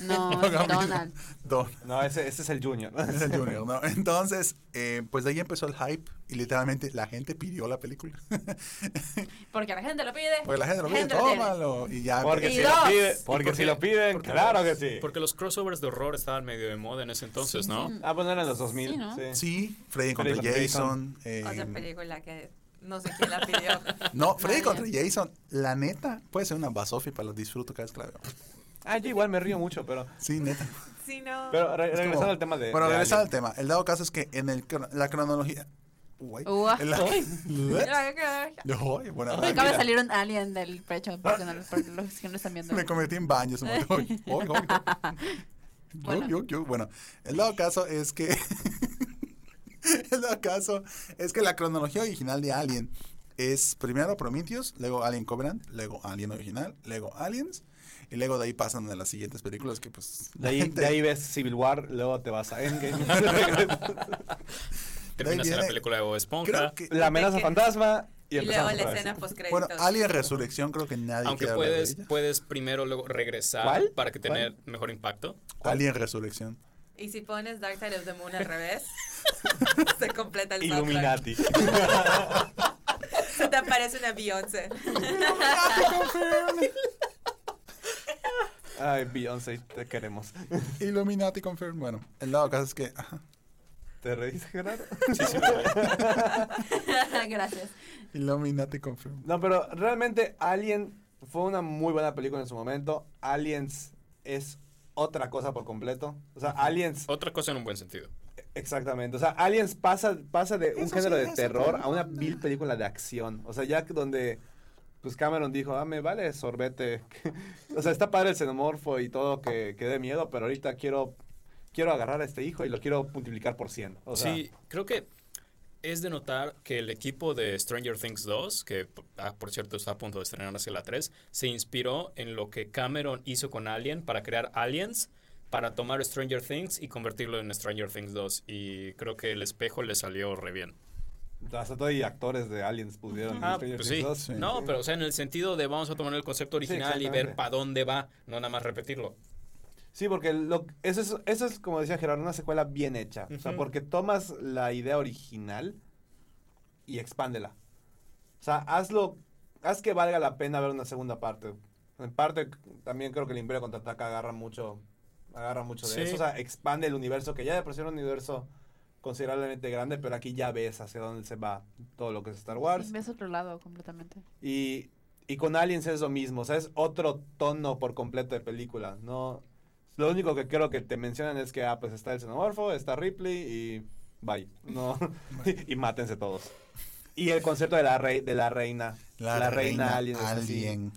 no,
no,
es
Gambino.
Donald.
Don-
No, ese, ese es el Junior.
es el Junior, ¿no? Entonces, eh, pues de ahí empezó el hype y literalmente la gente pidió la película. (laughs)
Porque la gente lo pide.
Porque la gente lo pide,
Gente lo tiene.
tómalo. Y ya.
(laughs) Porque
Y
si
dos.
lo piden,
¿Y por
porque si
qué?
lo piden,
Porque
claro que
los-
sí.
Porque los crossovers de horror estaban medio de moda en ese entonces, ¿no?
Ah, bueno, eran los 2000.
Sí, ¿no?
Sí, Freddy contra
Freddy contra
Jason. eh,
Otra película que no sé quién la pidió. (laughs)
(laughs) no, Freddy
Ah,
Vaya.
contra Jason, la neta, puede ser una basofi para los disfruto cada vez que la veo.
Ah, yo igual me río mucho, pero.
Sí, neta.
Sí, no.
Pero re-
Es
regresando
como-
al tema de.
Bueno,
de
regresando al
Alien.
tema. El dado caso es que en el, cro- la cronología. Uy.
Uah.
En la- (laughs)
Pues,
Uy, buena
Me acaba de
máquina.
salir un alien del pecho, porque no, porque los que no están viendo.
Me convertí en baños. Hoy, hoy, hoy, hoy. Yo,
(laughs) Bueno.
yo, yo. Bueno, el dado caso es que. (laughs) el dado caso es que la cronología original de Alien es primero Prometheus, luego Alien Covenant, luego Alien original, luego Aliens, y luego de ahí pasan a las siguientes películas que, pues.
De ahí, de ahí ves Civil War, luego te vas a
(laughs)
Endgame.
Terminas en la
viene-
película de Bob
Creo
Esponja.
que.
la amenaza
que-
fantasma y
Y luego
empezamos.
la
otra vez.
escena post
Bueno, Alien Resurrección, creo que nadie
Aunque
quiere hablar de
puedes,
ella.
puedes primero luego regresar
¿Cuál?
para que
¿Cuál?
tener mejor impacto.
Alien Resurrección.
Y si pones Dark Side of the
(laughs)
Moon al revés, se completa el soundtrack.
Illuminati. (laughs)
Se te aparece una
(laughs)
Beyoncé. (laughs)
(laughs) Ay, Beyoncé, te queremos.
Illuminati Confirmed. Bueno, el dado caso es que. ajá.
¿Te reíste, Gerardo?
(laughs) Gracias.
Illuminati Confirmed.
No, pero realmente Alien fue una muy buena película en su momento. Aliens es otra cosa por completo. O sea, Aliens,
Otra cosa en un buen sentido.
exactamente. O sea, Aliens pasa, pasa de un
Eso
género
sí
de
es
terror
otra
a una vil película de acción. O sea, ya que donde pues Cameron dijo, ah, me vale sorbete. (laughs) o sea, está padre el xenomorfo y todo que, que dé miedo, pero ahorita quiero, quiero agarrar a este hijo y lo quiero multiplicar por 100. O sea,
sí, creo que es de notar que el equipo de Stranger Things 2, que p- ah, por cierto está a punto de estrenar hacia la 3, se inspiró en lo que Cameron hizo con Alien para crear Aliens, para tomar Stranger Things y convertirlo en Stranger Things 2. Y creo que el espejo le salió re bien.
Hasta todavía actores de Aliens pusieron. en
Ah,
Stranger
pues
Things
sí.
2.
No, pero o sea, en el sentido de vamos a tomar el concepto original y ver
exactamente.
para dónde va, no nada más repetirlo.
Sí, porque lo, eso, es, eso es, como decía Gerardo, una secuela bien hecha. O sea,
Ujú.
porque tomas la idea original y expándela. O sea, hazlo, haz que valga la pena ver una segunda parte. En parte, también creo que el Imperio Contraataca agarra mucho, agarra mucho de
Sí.
eso. O sea, expande el universo, que ya de por sí era un universo considerablemente grande, pero aquí ya ves hacia dónde se va todo lo que es Star Wars.
Y ves otro lado completamente.
Y, y con Aliens es lo mismo, o sea, es otro tono por completo de película. No, lo único que creo que te mencionan es que, ah, pues está el xenomorfo, está Ripley y bye. No, (laughs) y, y mátense todos. Y el concepto de la, rei- de la reina. La, reina, alien. es así.
alien.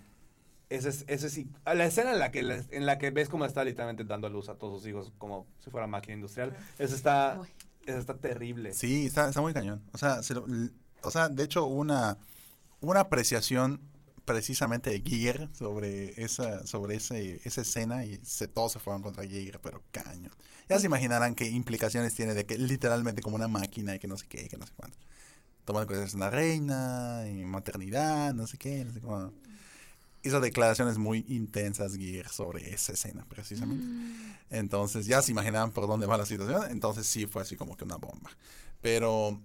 Ese es, ese sí. a La escena en la que la- en la que ves cómo está literalmente dando a luz a todos sus hijos como si fuera máquina industrial. Eso está,
Uy.
eso está terrible.
Sí, está, está muy cañón. O sea, se lo- l- o sea, de hecho, una, una apreciación precisamente de Giger sobre esa, sobre ese, esa escena y se, todos se fueron contra Giger, pero cañón. Ya se imaginarán qué implicaciones tiene de que literalmente como una máquina y que no sé qué, que no sé cuánto. Tomando en cuenta que es una reina y maternidad, no sé qué, no sé cómo. Hizo declaraciones muy intensas Giger sobre esa escena precisamente. Entonces ya se imaginaban por dónde va la situación, entonces sí fue así como que una bomba. Pero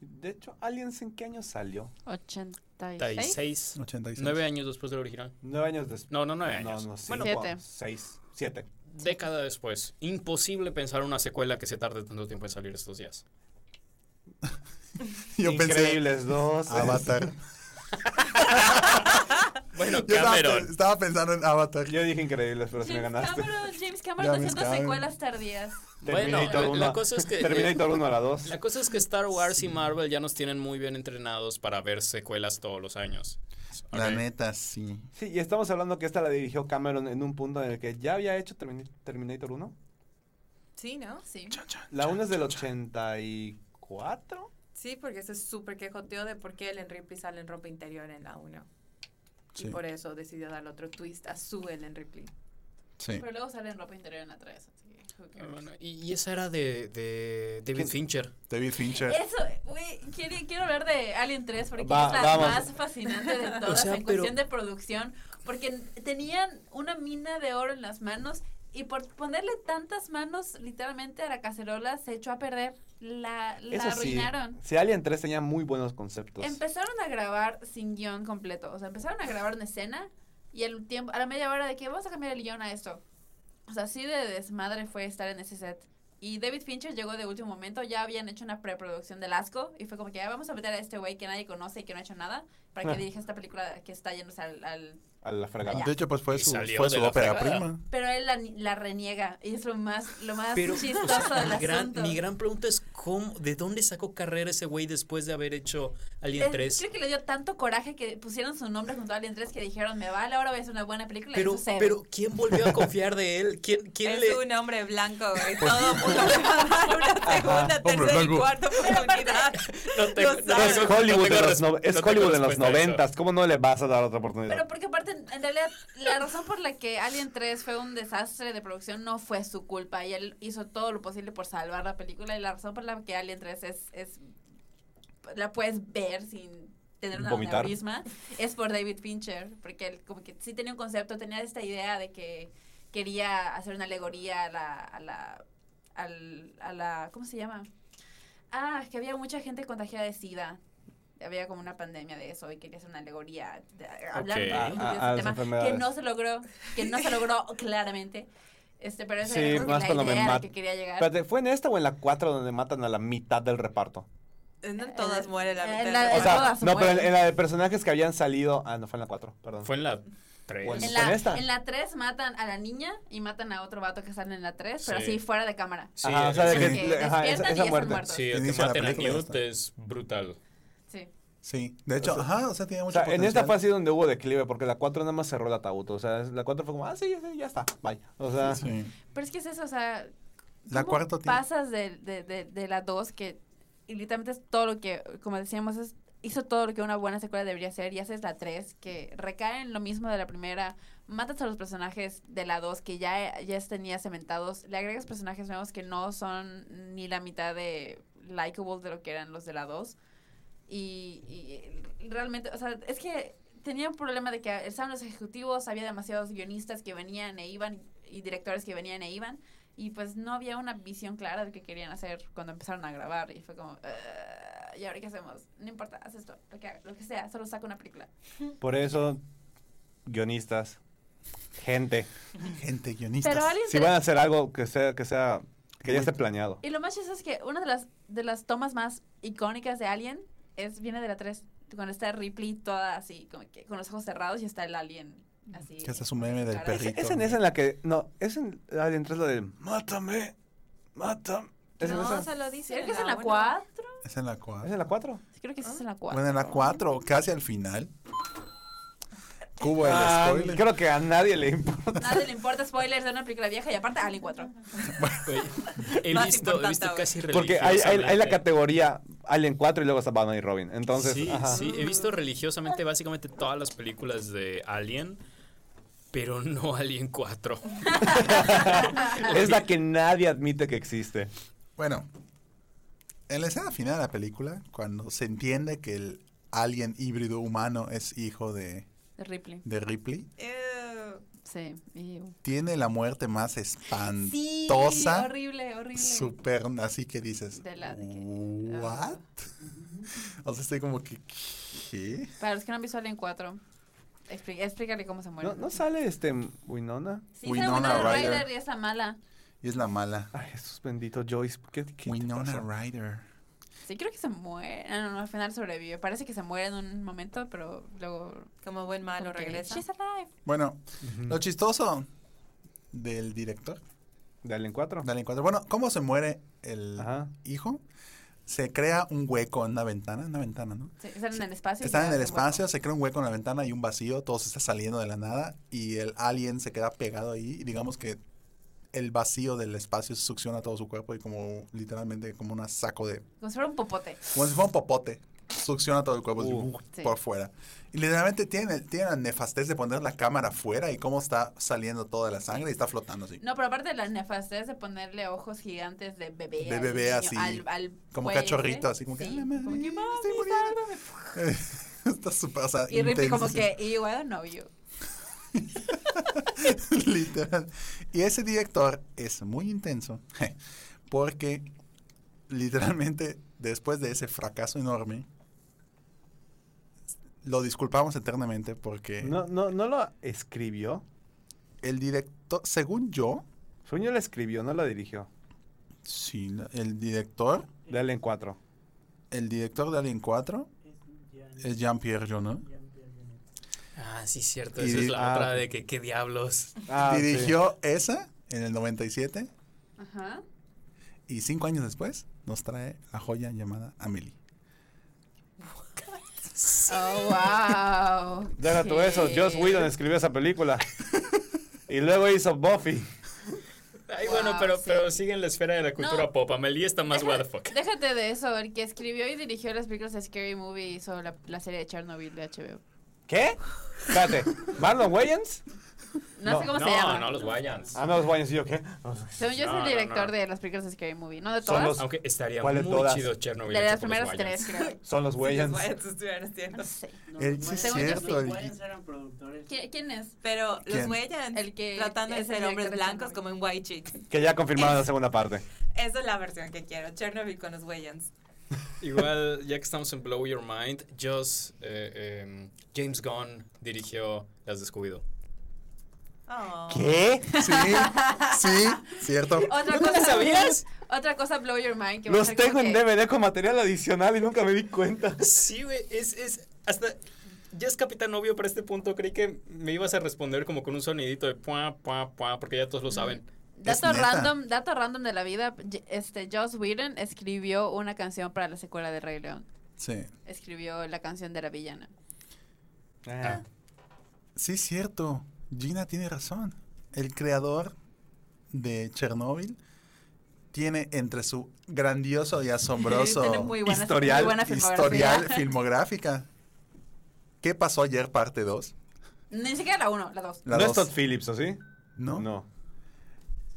De hecho, Aliens en qué año salió?
86.
36.
86.
Nueve años después del original.
Nueve años después.
No, no, nueve años.
No, no, sí,
Bueno,
cua-
siete.
Seis, siete.
Década después. Imposible pensar una secuela que se tarde tanto tiempo en salir estos días.
Yo pensé
Increíbles dos.
Avatar.
(laughs)
Bueno,
Yo estaba, pe-
Cameron.
estaba pensando en Avatar.
Yo dije increíbles, pero si me
James
ganaste.
Cameron, James
Ya
Cameron
me
haciendo
escabe.
secuelas tardías.
Bueno,
Terminator
la- la
uno.
cosa es que-
Terminator 1 a la 2.
La cosa es que Star Wars y Marvel ya nos tienen muy bien entrenados para ver secuelas todos los años.
La
Ok.
neta, sí.
Sí, y estamos hablando que esta la dirigió Cameron en un punto en el que ya había hecho Termin- Terminator 1.
Sí, ¿no?
Sí.
La 1 es del 84.
Sí, porque ese es súper quejoteo de por qué Ellen Ripley sale en ropa interior en la 1.
Sí,
Y por eso decidió darle otro twist a su Ellen Ripley.
sí.
Pero luego sale en ropa interior en la 3. Así que, who cares.
Bueno, y, y esa era de, de David
¿Quién?
Fincher.
David Fincher.
Eso, güey, quiero, quiero hablar de Alien 3 porque
Va-
es la
vamos.
más fascinante de todas
O sea,
en
pero-
cuestión de producción, porque tenían una mina de oro en las manos y por ponerle tantas manos literalmente a la cacerola se echó a perder, la, la
Eso sí.
arruinaron.
Sí, Alien 3 tenía muy buenos conceptos.
Empezaron a grabar sin guión completo, o sea, empezaron a grabar una escena y el tiempo, a la media hora de que vamos a cambiar el guión a esto. O sea, así de desmadre fue estar en ese set. Y David Fincher llegó de último momento, ya habían hecho una preproducción del asco y fue como que "Ah, vamos a meter a este güey que nadie conoce y que no ha hecho nada para
Ah.
que dirija esta película que está yéndose al... al-
a la fregada.
De hecho, pues fue
Y
su,
salió
fue
de
su
la
ópera
fregada.
prima.
Pero él la, la reniega y es lo más, lo más
Pero, o sea,
chistoso del
mi, gran,
asunto.
mi gran pregunta es cómo, ¿de dónde sacó carrera ese güey después de haber hecho Alien
Es-
3?
Creo que le dio tanto coraje que pusieron su nombre junto a Alien 3 que dijeron, me vale, ahora voy a hacer una buena película. y
Pero,
sucede.
pero ¿quién volvió a confiar de él? ¿Quién, quién
Es
le...?
un hombre blanco, güey.
Pues
Todo mundo le va a dar una segunda, tercera y
blanco. eh,
cuarta oportunidad.
No
lo
no
sabe.
Es
tengo- no
Hollywood,
tengo
de los
res-
no- es
no tengo
Hollywood en los
respuesta a eso.
noventas. ¿Cómo no le vas a dar otra
Pero
oportunidad?
porque aparte, en realidad, la razón por la que Alien 3 fue un desastre de producción no fue su culpa. Y él hizo todo lo posible por salvar la película. Y la razón por la que Alien 3 es... es la puedes ver sin tener una
Vomitar.
aneurisma es por David Fincher. Porque él como que sí tenía un concepto, tenía esta idea de que quería hacer una alegoría a la... A la, al- a la ¿Cómo se llama? Ah, que había mucha gente contagiada de SIDA. Había como una pandemia de eso y quería hacer una alegoría, de- eh, hablar
Ok.
de,
A-
a-
de ese
a las
tema,
enfermedades.
que no se logró, que no se logró
(laughs)
claramente. Este, pero esa
Sí,
era como que
más
la
cuando me
idea a la
mat-
que quería llegar.
Espérate, ¿fue en esta o en la 4 donde matan a la mitad del reparto?
No en todas muere la
eh, En
mitad. de
la-
la
O
en
población.
sea,
todas se
no, pero en,
mueren.
en la de personajes que habían salido. Ah, no, fue en la 4, perdón.
Fue en la
Pues,
3.
Bueno.
en
¿con
la,
esta?
en la 3 matan a la niña y matan a otro vato que sale en la 3, pero
Sí.
así fuera de cámara.
Sí,
Ajá, o sea, de
sí.
que-
Que
le- ajá, esa,
despiertan
esa
y ya
muerte.
están
Sí, el que
Inicia la
maten a
película y ya
Newt
está.
es brutal.
Sí.
Sí. De hecho,
O sea,
ajá, o sea, tenía
O
mucho
sea, en esta
potencial.
fue así donde hubo declive, porque la 4 nada más cerró el ataúd. O sea, la 4 fue como, ah, sí, sí, ya está, vaya. O sea,
Sí.
Pero es que es eso, o sea,
La
¿Cómo
cuarta tiene-
pasas de, de, de, de la 2 que y literalmente es todo lo que, como decíamos, es, hizo todo lo que una buena secuela debería hacer y haces la 3 que recae en lo mismo de la primera, matas a los personajes de la 2 que ya, ya tenías cementados, le agregas personajes nuevos que no son ni la mitad de likable de lo que eran los de la 2 Y, y realmente, o sea, es que tenía un problema de que estaban los ejecutivos, había demasiados guionistas que venían e iban y directores que venían e iban. Y pues no había una visión clara de qué querían hacer cuando empezaron a grabar. Y fue como, "Ah, ¿y ahora qué hacemos? No importa, haz esto, lo que, haga- lo que sea, solo saca una película.
Por eso, guionistas, gente,
Gente guionista.
Pero alguien
si
se-
van a hacer algo que sea, que sea, que ya esté planeado.
Y lo más chistoso es que una de las, de las tomas más icónicas de Alien es, viene de la 3, cuando está Ripley toda así, como que con los ojos cerrados y está el alien así.
Que este es un meme del
Claro.
perrito.
Es en esa en la que, no, es en Alien 3 la de, mátame, mátame. ¿Es, en
No,
esa?
se lo
Creo
dicen.
que es en la
uno. Ah.
4.
Es en la
¿Es
4.
en la 4?
Creo que sí es en la 4.
Bueno, en la 4, casi al final. Cubo el
Ah,
spoiler.
creo que a nadie le importa.
Nadie le importa spoilers de una película vieja y aparte Alien 4.
Güey, He
Más
visto, he
importante
visto
ahora.
casi
Porque hay, hay, hay la
religiosamente-
categoría Alien 4 y luego está Batman y Robin. Entonces,
sí,
ajá.
sí, he visto religiosamente básicamente todas las películas de Alien, pero no Alien 4.
(laughs) es la que nadie admite que existe.
Bueno, en la escena final de la película, cuando se entiende que el alien híbrido humano es hijo de,
De Ripley.
de Ripley,
Ew.
Sí. ew.
tiene la muerte más
Sí,
espantosa,
horrible, horrible.
super, así que dices,
De la- de que- ah.
¿what? o sea, estoy como que, ¿qué?
Para los que no han visto Alien 4, explí- explícale cómo se muere.
¿No, no sale este Winona?
Sí,
Winona
Winona,
Ryder.
Ryder y esa mala.
Y es la mala.
Ay, Jesús bendito, Joyce. ¿Qué, qué te
Winona
pasa?
Ryder.
Sí, creo que se muere. Ah, No, no, al final sobrevive. Parece que se muere en un momento, pero luego.
Como buen malo
como que,
regresa.
She's alive.
Bueno,
Ujú.
lo chistoso del director
¿De Alien 4?
Dale en cuatro. Bueno, ¿cómo se muere el
Ajá.
hijo? Se crea un hueco en una ventana, en una ventana, ¿no?
Sí, están en el espacio. y
Están
se
en el
hacen hueco.
espacio, se crea un hueco en la ventana y un vacío, todo se está saliendo de la nada y el alien se queda pegado ahí y digamos que el vacío del espacio succiona todo su cuerpo y como literalmente como un saco de...
Como si fuera un popote.
Como si fuera un popote, succiona todo el cuerpo así,
Uh.
Sí.
por fuera. Y literalmente tiene, tiene la nefastez de poner la cámara afuera y cómo está saliendo toda la sangre y está flotando así.
No, pero aparte de la nefastez de ponerle ojos gigantes de bebé.
De
al
bebé
niño,
así,
Al, al
como
güey
cachorrito,
ese.
así como que,
Sí,
"Ay, la madre,
como que, "Mami,
estoy muriendo".
sálvame".
(laughs) está súper, o sea,
Y Ripley como
intensísimo.
que, ew, I don't know you.
(laughs) Literal. Y ese director es muy intenso porque literalmente después de ese fracaso enorme lo disculpamos eternamente porque
No, no, no lo escribió.
el director, según yo,
Según yo lo escribió, no lo dirigió.
sí, la- el director,
De Alien 4.
el director de Alien 4 es Jean-Pierre Jeunet.
Ah, sí, cierto.
Y
Esa es
di-
la
ah,
otra
ok.
pues.
de que qué diablos.
Ah, sí.
Dirigió esa en el 97
Ajá.
y cinco años después nos trae la joya llamada Amelie.
Oh, wow.
(laughs) Deja tú eso. Joss
Sí.
Whedon escribió esa
(laughs)
película. y luego hizo Buffy.
Ay,
Wow,
bueno, pero,
Ah, sí.
pero sigue en la esfera de la cultura
No.
pop. Amelie está más
Deja-
what the fuck.
Déjate de eso, el que escribió y dirigió las películas de Scary Movie hizo la, la serie de Chernobyl de HBO.
¿Qué? Espérate. ¿Marlon Wayans?
No,
No.
sé (laughs) cómo se
No,
llama.
no los Wayans.
Ah, no, los Wayans. ¿Y yo qué?
Según yo es
No, no,
el director
no.
de las películas de Scary Movie, no de
Son
todas.
los-
Aunque estaría
¿Cuál de
muy
todas?
chido Chernobyl.
pues, de
hecho
las
por
primeras
los Wayans.
tres, creo.
Son
(laughs)
los Wayans.
Sí, los Wayans estuvieran haciendo. (laughs)
(laughs) No sé.
Él sí es
Según yo,
cierto,
Los
el-
Wayans eran productores.
¿Qui- ¿Quién es?
Pero los
¿Quién?
Wayans,
El que
tratando de
es el
ser hombres
director de
blancos
Chernobyl.
como en White Chicks.
Que ya confirmaron la segunda parte.
Esa es la versión que quiero. Chernobyl con los Wayans.
(laughs) Igual, ya que estamos en Blow Your Mind, Joss, eh, em, James Gunn dirigió Las Descuido.
Oh.
¿Qué?
Sí, sí, cierto.
Otra cosa, sabías? Otra cosa, Blow Your Mind. Que va a
Los
ser como
tengo en
que-
DVD con material adicional y nunca me di cuenta.
Sí, güey, es, es, hasta, ya es capitán obvio para este punto, creí que me ibas a responder como con un sonidito de puá, puá, puá, porque ya todos lo saben.
Dato
Es neta.
random, dato random de la vida, J- este Joss Whedon escribió una canción para la secuela de Rey León.
Sí.
Escribió la canción de la villana.
Ah.
Sí, cierto. Gina tiene razón. El creador de Chernobyl tiene entre su grandioso y
(laughs) Tiene
asombroso
muy buena-
historial,
muy buena filmografía.
historial filmográfica. ¿Qué pasó ayer, parte 2?
Ni siquiera la uno, la dos.
No es Todd Phillips, ¿o sí?
¿No? no.
No.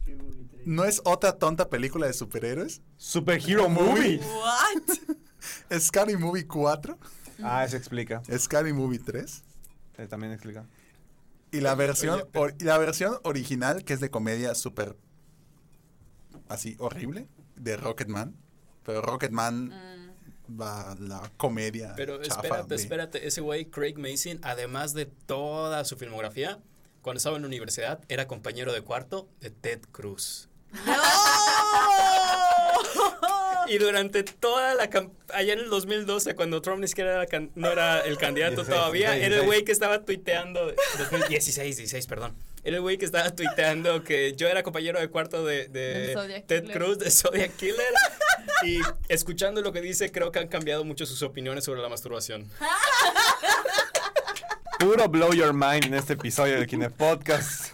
Scary Movie 3.
es otra tonta película de superhéroes?
Superhero Movie.
What?
Scary Movie 4,
Ah, eso explica.
Scary Movie 3
Eh, también explica.
y la versión, or- y la versión original que es de comedia súper así horrible de Rocketman. Pero Rocketman
Mm,
va a la comedia.
Pero
chafa
espérate,
de-
espérate. Ese güey, Craig Mason, además de toda su filmografía, cuando estaba en la universidad, era compañero de cuarto de Ted Cruz. (laughs) Y durante toda la camp- allá en el 2012, cuando Trump ni siquiera era can- no era el candidato
16,
todavía,
16.
era el güey que estaba tuiteando, 2016, 16, perdón, era el güey que estaba tuiteando que yo era compañero de cuarto de, de
De Zodiac
Ted
Killer.
Cruz, de Zodiac Killer, y escuchando lo que dice, creo que han cambiado mucho sus opiniones sobre la masturbación.
Puro blow your mind en este episodio del Kine Podcast.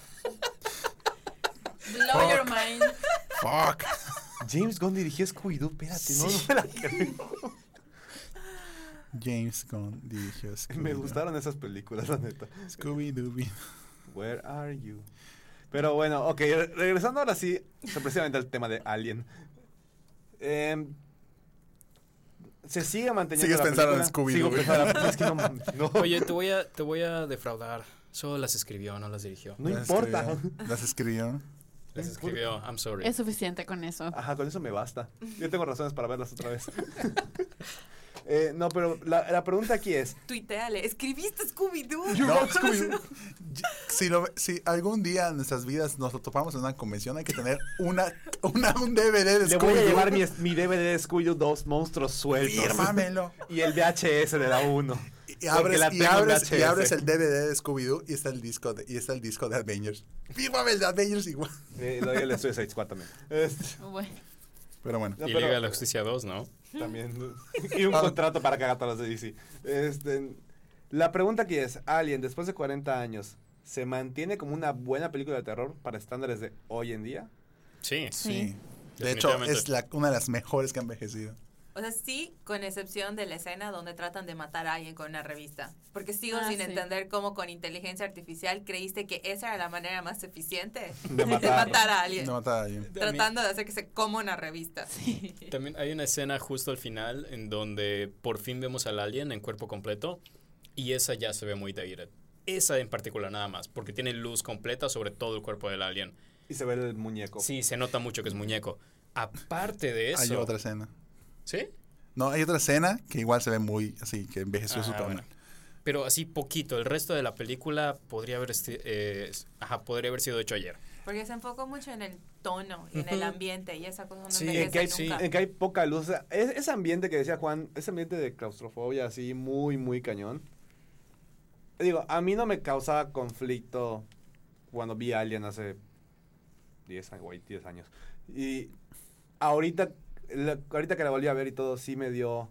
Blow your mind.
Fuck.
James Gunn dirigió Scooby-Doo, espérate, no, no me la creo.
James Gunn dirigió
Me
Scooby-Doo.
gustaron esas películas, la neta.
Scooby-Dooby.
Where are you? Pero bueno, ok, re- regresando ahora sí, o sea, precisamente al tema de Alien. Em, se sigue manteniendo
Sigues
la
pensando en
película.
Scooby-Doo,
Sigo
güey.
pensando en- es que no mames, no.
Oye, te voy a, te voy a defraudar, solo las escribió, no las dirigió.
Este,
no importa. (laughs)
Las escribió.
Las escribió, I'm sorry.
Es suficiente con eso.
Ajá, con eso me basta. Yo tengo razones para verlas otra
(laughs)
vez. Eh, no, pero la, la pregunta aquí es,
Tuiteale, escribiste Scooby-Doo.
No, Scooby-Doo. Y- si, lo- si algún día en nuestras vidas nos lo topamos en una convención, hay que tener una, una, un DVD de
le voy a
Scooby-Doo.
llevar mi, mi DVD de Scooby-Doo 2 Monstruos Sueltos.
Fírmamelo.
Y el VHS de la 1.
Y
Porque
abres,
la
y,
tengo en
abres, y
VHS.
abres el DVD de Scooby-Doo y está el disco de, y está el disco de Avengers. Fírmame el de Avengers igual. (laughs)
Eh, lo doy el estudio 6 4 también. Este,
Bueno,
Pero bueno.
no,
y
pero-
Liga de la Justicia 2, ¿no?
También. (laughs) Y un contrato para cagar todas las de DC. Este, la pregunta que es, Alien, después de 40 años, ¿se mantiene como una buena película de terror para estándares de hoy en día?
Sí.
Sí.
De hecho,
Definitivamente.
es la- una de las mejores que ha envejecido.
O sea, sí, con excepción de la escena donde tratan de matar a alguien con una revista. Porque sigo
Ah,
sin
sí.
entender cómo con inteligencia artificial creíste que esa era la manera más eficiente
(laughs) De
de
matar.
matar a alguien.
No mataba a alguien.
Tratando de hacer que se coma una revista.
También hay una escena justo al final en donde por fin vemos al alien en cuerpo completo y esa ya se ve muy dated. Esa en particular nada más, porque tiene luz completa sobre todo el cuerpo del alien.
Y se ve el muñeco.
Sí, se nota mucho que es muñeco. Aparte de eso...
Hay otra escena.
¿Sí?
No, hay otra escena que igual se ve muy así, que envejeció
Ah,
su tono.
bueno. Pero así poquito. El resto de la película podría haber, esti- eh, ajá, podría haber sido hecho ayer.
Porque se enfocó mucho en el tono y en el
Ujú.
ambiente y esa cosa no
Sí,
envejece
en que hay-
nunca.
En que hay poca luz. O sea, es- ese ambiente que decía Juan, ese ambiente de claustrofobia así muy, muy cañón. Digo, a mí no me causaba conflicto cuando vi Alien hace 10 años, güey, 10 años. Y ahorita, la- ahorita que la volví a ver y todo, sí me dio,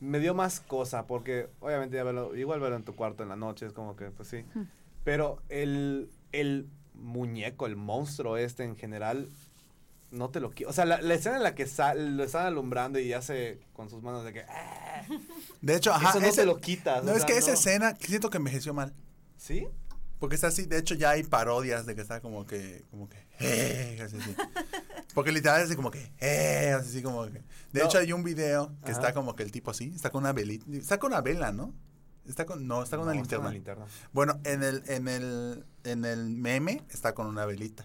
me dio más cosa, porque obviamente ya verlo, igual verlo en tu cuarto en la noche, es como que, pues sí.
Hmm.
Pero el, el muñeco, el monstruo este en general, no te lo quiero. O sea, la, la escena en la que sal- lo están alumbrando y hace con sus manos de que. "Ah",
De hecho, ajá.
eso no
ese-
te lo quitas.
No,
o
es
sea,
que esa
no.
escena que siento que envejeció mal.
¿Sí?
Porque está así, de hecho ya hay parodias de que está como que, como que, eh,
(laughs)
así, así. Porque literal es así como que, eh, así, así como que. De
No.
hecho hay un video que
Ajá.
está como que el tipo así, está con una velita, está con una vela, ¿no? Está con, no, está con una
No,
linterna.
linterna.
Bueno, en el, en el, en el meme está con una velita.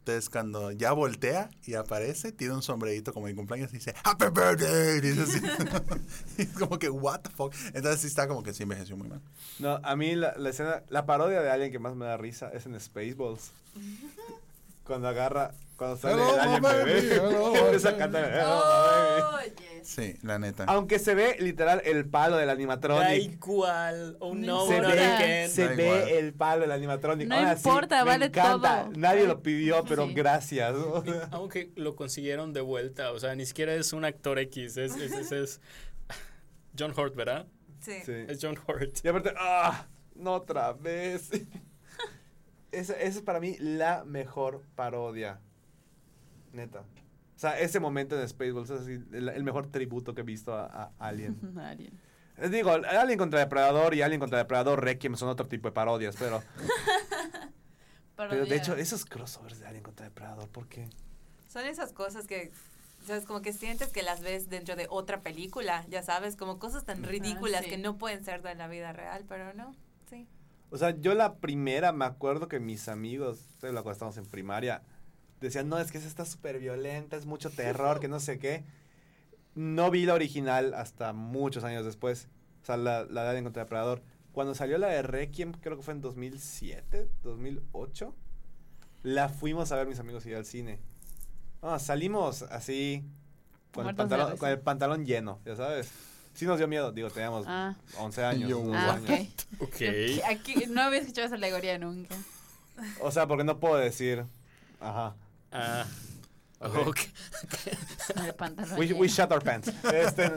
Entonces cuando ya voltea y aparece, tiene un sombrerito como de cumpleaños y dice, Happy Birthday, y dice así. (laughs) y es como que, what the fuck. Entonces sí está como que sí envejeció muy mal.
No, a mí la, la escena, la parodia de alguien que más me da risa es en
(laughs)
Spaceballs. Cuando agarra, cuando sale
Hello,
el alien
my
bebé,
baby,
(laughs)
hello, my
empieza a
baby.
cantar. "Hello, my baby".
Oh, yes.
Sí, la neta.
Aunque se ve literal el palo del
Da
animatronic.
igual. Oh no,
se
not
ve,
again.
se
Da
ve
igual.
el palo del animatronic.
No
Ahora sí,
importa,
me
vale
encanta.
todo.
Nadie lo pidió, pero
Sí.
gracias. ¿no?
Aunque lo consiguieron de vuelta, o sea, ni siquiera es un actor X, es, es, es, es- John Hurt, ¿verdad?
Sí.
(laughs) Sí.
Es John Hurt.
Y aparte, ¡ah! No otra vez. (laughs) Esa esa es para mí la mejor parodia. Neta. O sea, ese momento en Spaceballs es así, el, el mejor tributo que he visto a, a Alien.
Alien.
Eh, Digo, Alien contra Depredador y Alien contra Depredador Requiem son otro tipo de parodias, pero, pero de
Parodia.
hecho, esos crossovers de Alien contra Depredador, ¿por qué?
Son esas cosas que ¿Sabes? Como que sientes que las ves dentro de otra película, ya sabes, como cosas tan ridículas
sí.
que no pueden ser de la vida real, pero no, sí.
O sea, yo la primera me acuerdo que mis amigos, de la cual estamos en primaria, decían, no, es que esa está súper violenta, es mucho terror, que no sé qué. No vi la original hasta muchos años después. O sea, la, la de Alien contra el Depredador. Cuando salió la de Requiem, creo que fue en 2007, 2008, la fuimos a ver mis amigos y yo al cine. Ah, salimos así, con el,
Muertos de
pantalón,
risa.
con el pantalón lleno, ya sabes. Sí nos dio miedo, digo, teníamos
Ah.
11 años.
Yo,
12
Ah,
años.
ok.
Ok.
Yo- Aquí no había escuchado esa alegoría nunca.
O sea, porque no puedo decir. Ajá.
Ah,
Ok.
ok.
El pantalón.
We,
lleno.
we shut our pants. Este,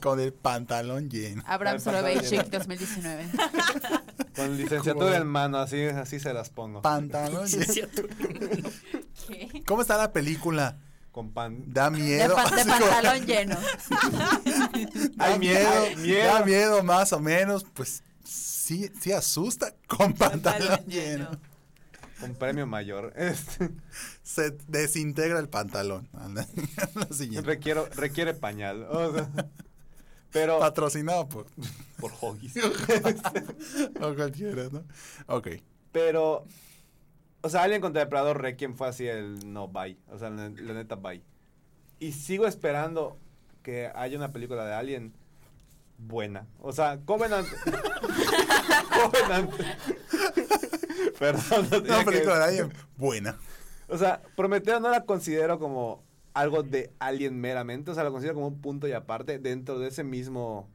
Con el pantalón lleno.
Abraham
El pantalón
Soloveitchik
lleno.
(laughs) 2019.
(laughs)
con licenciatura
Como-
en mano, así, así se las pongo.
Pantalón
(laughs) Sí, es
lleno. (laughs)
cierto.
¿Qué?
¿Cómo está la película?
Con pan.
Da
De,
miedo.
pa-
(laughs)
de
(laughs) Así como-
pantalón lleno.
da
Hay miedo, miedo.
Da miedo más o menos. Pues sí, sí asusta con pantalón
Pantalón
lleno.
lleno.
Con premio mayor. Este,
Se desintegra el pantalón. (laughs) A la- a la siguiente.
requiero, requiere pañal. o sea, pero.
Patrocinado por, (laughs)
Por (laughs) hoggies.
o cualquiera, ¿no? Ok.
Pero. O sea, Alien contra Depredador Requiem fue así el no bye. O sea, la, la neta bye. Y sigo esperando que haya una película de Alien buena. O sea, Covenant. Covenant. Perdón, no tenía
Una
que-
película de Alien buena.
O sea, Prometeo no la considero como algo de Alien meramente. O sea, la considero como un punto y aparte dentro de ese mismo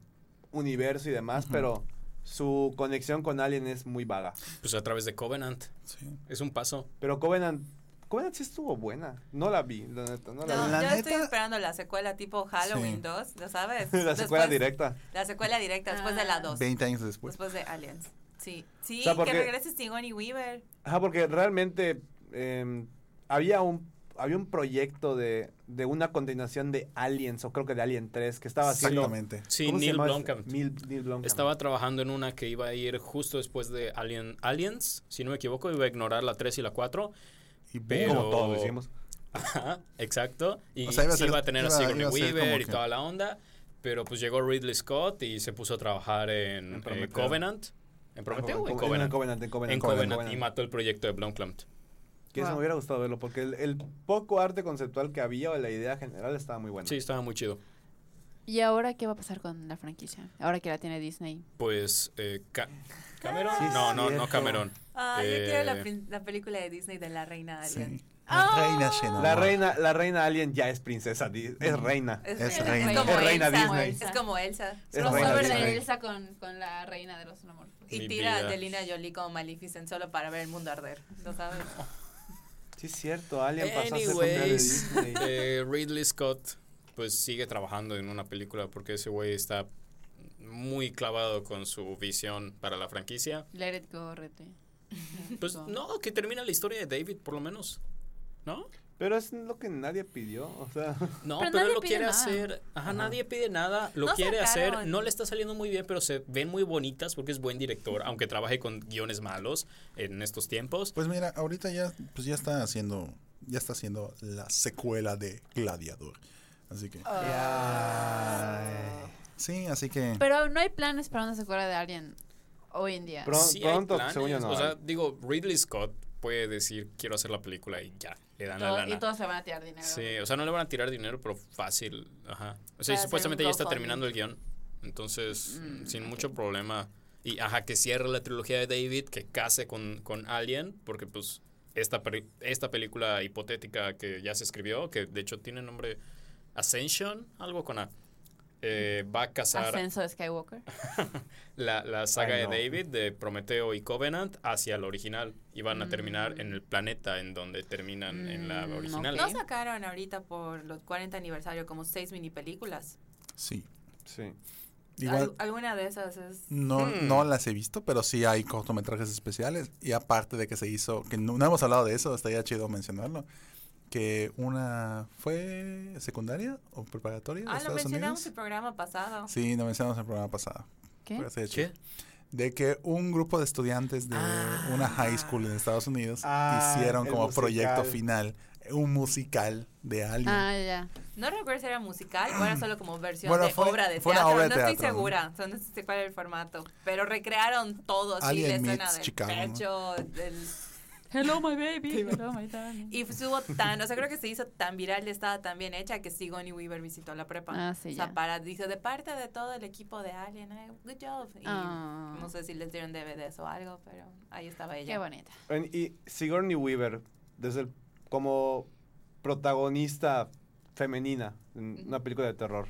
universo y demás. Pero su conexión con Alien es muy vaga.
Pues a través de Covenant.
Sí.
Es un paso.
Pero Covenant, Covenant sí estuvo buena. No la vi, la neta, no la
No,
vi.
La
yo estoy
neta-
esperando la secuela tipo Halloween
Sí.
2, ¿lo sabes?
(laughs) (laughs) La secuela
Después-
directa.
La secuela directa, después de la
Ah.
2.
20 años después.
Después de Aliens. Sí, sí,
O sea, porque-
que regrese Sigourney Weaver.
Ajá, porque realmente eh, había un había un proyecto de, de una continuación de Aliens, o creo que de Alien 3, que estaba haciendo...
Exactamente.
Sí,
¿cómo se
Neil
llamaba?
Blomkamp.
Mil- Neil Blomkamp.
Estaba trabajando en una que iba a ir justo después de Alien, Aliens, si no me equivoco, iba a ignorar la 3 y la 4.
Y
Pero-
Como todos lo hicimos.
(laughs) Ajá, exacto. Y
O sea, iba a
sí
ser-
iba a tener a
iba-
Sigourney
iba a ser
Weaver
como
y
que-
toda la onda, pero pues llegó Ridley Scott y se puso a trabajar
En
en, eh,
Prometeo.
Covenant. ¿En Prometeo o en
En
Covenant?
Covenant, en Covenant.
En
Covenant,
Covenant, y mató el proyecto de Blomkamp.
Que eso
Wow.
me hubiera gustado verlo, porque el, el poco arte conceptual que había o la idea general estaba muy buena.
Sí, estaba muy chido.
¿Y ahora qué va a pasar con la franquicia? Ahora que la tiene Disney.
Pues, eh, Ca- ¿Cameron?
Sí, es
no, no, no
cierto.
Cameron.
Ah, yo quiero la,
Eh.
prin- la película de Disney de la reina Alien.
Sí. La reina se enamora.
La reina, la reina Alien ya es princesa, di- es reina.
Es reina.
como
Es reina
Elsa,
Disney.
Es como Elsa.
Es reina
Crossover
Disney.
de Elsa con, con la reina de los enamortos.
Y
Mi
tira a
vida.
Angelina Jolie como Maleficent solo para ver el mundo arder. ¿No
(laughs)
sabes?
Sí, es cierto, Alien pasó a ser un gran de
Anyways,
Disney.
(laughs) eh, Ridley Scott pues sigue trabajando en una película porque ese güey está muy clavado con su visión para la franquicia.
Let it go, rete.
Pues no, que termina la historia de David por lo menos. ¿No?
Pero es lo que nadie pidió, o sea.
No,
Pero
pero, él
nadie
lo
pide
quiere
nada.
hacer. Ajá, nadie pide nada, lo
No
quiere hacer.
sacaron.
No le está saliendo muy bien, pero se ven muy bonitas porque es buen director, aunque trabaje con guiones malos en estos tiempos.
Pues mira, ahorita ya, pues ya está haciendo, ya está haciendo la secuela de Gladiador. Así que,
Ah.
Ah.
Ay.
sí, así que.
Pero no hay planes para una secuela de Alien hoy en día.
Pro-
Sí hay
pronto,
planes,
según yo no.
O sea,
hay.
digo, Ridley Scott puede decir, quiero hacer la película y ya, le dan
Todo-
la lana.
y todos le van a tirar dinero.
Sí, o sea, no le van a tirar dinero, pero fácil.
Para
Ajá. O sea, y
hacer
supuestamente
un
ya está
GoFundMe.
terminando el guión. Entonces,
Mm,
sin
ok.
mucho problema. Y ajá, que cierre la trilogía de David, que case con, con Alien, porque pues esta, peri- esta película hipotética que ya se escribió, que de hecho tiene nombre Ascension, algo con A, eh, va a casar
Ascenso de Skywalker.
la, la saga
Ay, no.
de David, de Prometeo y Covenant, hacia el original. Y van a terminar
Mm.
en el planeta en donde terminan en la
Mm,
original.
No sacaron ahorita por los 40 aniversario como seis mini películas.
Sí.
Sí.
Igual,
Al- alguna de esas es.
no,
Hmm.
no las he visto, pero sí hay cortometrajes especiales. Y aparte de que se hizo, que no, no hemos hablado de eso, estaría chido mencionarlo. Que una fue secundaria o preparatoria de
Ah, lo
Estados
mencionamos en
Unidos.
el ¿Eh? programa pasado.
Sí, lo mencionamos en el programa pasado.
¿Qué?
pero estaría chido. De que un grupo de
Ah.
estudiantes de una high school en Estados Unidos
Ah,
hicieron
el
como
musical.
proyecto final un musical de Alien.
Ah, ya.
No recuerdo si era musical o era solo como versión
Bueno,
de
fue-
obra de
fue una
teatro.
obra de
no estoy
teatro, ¿no?
segura, o sea, no sé cuál era el formato. Pero recrearon todo, así
Alien
la escena
meets
del
Chicago, ¿no?
pecho. del-
Hello, my baby. Hello, my darling.
y estuvo tan, o sea, creo que se hizo tan viral y estaba tan bien hecha que Sigourney Weaver visitó la prepa.
Ah, sí,
o sea,
ya.
para, dice, de parte de todo el equipo de Alien, eh, good job. Y
Ah.
no sé si les dieron DVDs o algo, pero ahí estaba ella.
Qué bonita.
En- Y Sigourney Weaver, desde el- como protagonista femenina en una película de terror.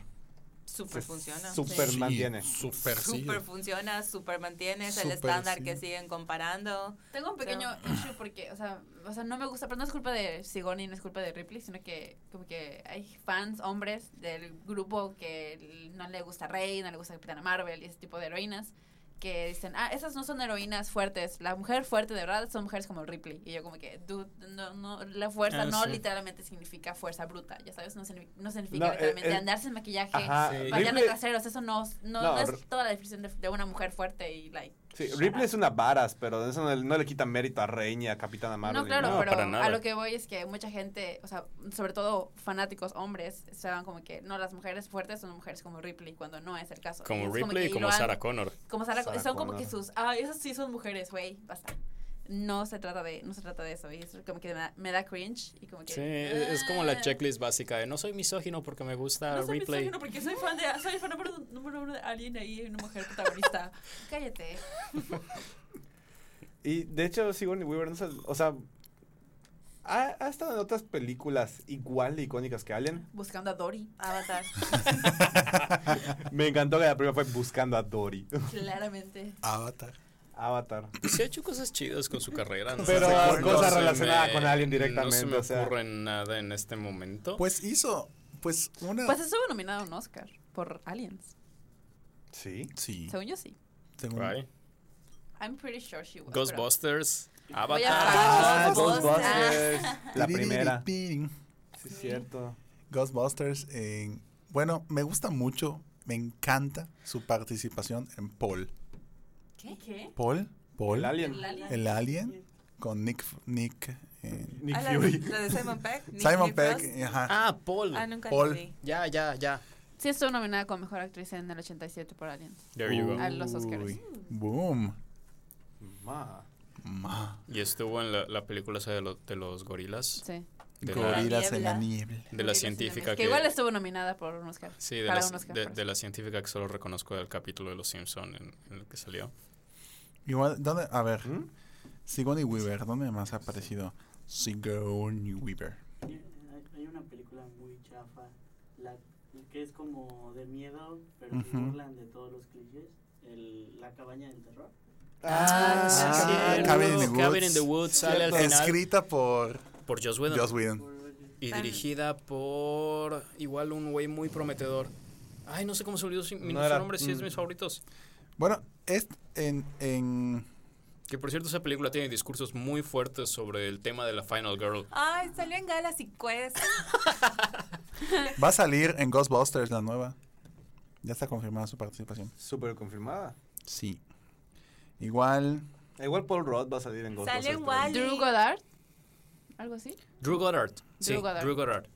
Super
se
funciona.
Super
Sí,
mantiene.
Super, sí.
Super funciona, super mantiene, es el
Súper,
estándar
sí.
que siguen comparando.
Tengo un pequeño issue porque, o sea, o sea, no me gusta, pero no es culpa de Sigourney, no es culpa de Ripley, sino que como que hay fans, hombres del grupo que no le gusta Rey, no le gusta Capitana Marvel y ese tipo de heroínas que dicen, ah, esas no son heroínas fuertes, la mujer fuerte de verdad son mujeres como Ripley. Y yo como que, dude, no, no, la fuerza
Ah,
no
sí.
literalmente significa fuerza bruta, ya sabes, no, signifi- no significa
No, eh,
literalmente
eh,
andarse en maquillaje,
Ajá.
Sí.
bañarme
Ripley-
traseros, eso no,
No,
no, no
r-
es toda la definición de, de una mujer fuerte y like.
Sí,
shut
Ripley
up.
es una varas, pero eso no, le- no le quita mérito a Rey ni a Capitana Marvel.
No, claro,
No,
pero
para nada.
a lo que voy es que mucha gente, o sea, sobre todo fanáticos hombres, se van como que, no, las mujeres fuertes son mujeres como Ripley, cuando no es el caso. Y
Como
es que-
Ripley y
y
como
lo han-
Sarah Connor.
Como Sarah,
Sarah
son como
Connor.
que sus, ah, esas sí son mujeres, güey, basta. No se trata de, no se trata de eso, y es como que me da, me da cringe, y como que...
Sí, e-, es es como la
"Ah,
checklist básica de no soy misógino porque me gusta
No soy
Ripley.
misógino porque soy fan de, soy fan número, número uno de alguien ahí, una mujer
(laughs)
protagonista. Cállate.
Y de hecho, Sigourney Weaver, no sé, o sea, ha, ha estado en otras películas igual de icónicas que Alien.
Buscando a Dory.
(laughs)
Avatar.
Me encantó que la primera fue Buscando a Dory. (laughs)
Claramente.
Avatar.
Avatar.
Sí ha hecho cosas chidas con su carrera. ¿no?
Pero
Se-
cosas
se me-
relacionadas con alguien
No se
directamente,
me
o sea.
ocurre nada en este momento.
Pues hizo, pues una...
Pues estuvo nominado a un Oscar por Aliens.
Sí.
sí,
Según yo sí.
según-
Right.
I'm pretty sure she was.
Ghostbusters,
Voy a
Avatar.
pagar.
Ah,
Ghostbusters.
Ghostbusters. La
(laughs)
primera. Sí, es cierto.
Ghostbusters. en- bueno, me gusta mucho, me encanta su participación en Paul.
¿Qué? ¿Qué?
Paul, Paul,
El
el,
Alien.
Alien, con Nick, Nick, eh,
Nick
Ah, la,
Fury.
la de Simon
(laughs)
Peck. Nick-
Simon
Nick
Peck,
Frost.
ajá.
Ah, Paul.
Ah, nunca
Paul.
la vi.
Ya, ya, ya.
Sí, estuvo nominada como mejor actriz en el 87 por Aliens.
There you go.
Uh.
Ah. A los Oscars.
Uy, Boom.
Ma.
Ma.
Y estuvo en la, la película esa de, lo- de los gorilas.
Sí.
De la,
Gorilas en la niebla.
de la científica
Que, igual estuvo nominada por un Oscar.
Sí, de
para
la,
un Oscar.
de-
por
de la científica que solo reconozco del capítulo de Los Simpson en, en el que salió.
Igual, ¿dónde? A ver,
¿Mm?
Sigourney Weaver, ¿dónde más ha aparecido? Sigourney Weaver.
Hay hay una película muy chafa, la, que es como de miedo, pero que
Ujú.
burlan de todos los clichés. El, la cabaña del terror.
Ah,
sí, sí,
ah,
sí.
cabe-
Cabin in the
Cabin in
Woods.
the Woods sale al final
Escrita por
por Joss Whedon
Joss Whedon.
y dirigida por igual un güey muy prometedor. Ay, no sé cómo se olvidó si, mi
No era-
nombre, sí es
mm.
de mis favoritos.
Bueno, es en, en
Que por cierto, esa película tiene discursos muy fuertes sobre el tema de la Final Girl.
Ay, salió en Galaxy Quest.
va a salir en Ghostbusters la nueva. Ya está confirmada su participación.
Súper confirmada.
Sí. Igual
Igual Paul Rudd va a salir en Ghostbusters.
Sale en
también.
ahí.
Wall-E.
Drew Goddard. ¿Algo así?
Drew Goddard. Sí,
Drew Goddard.
Drew Goddard.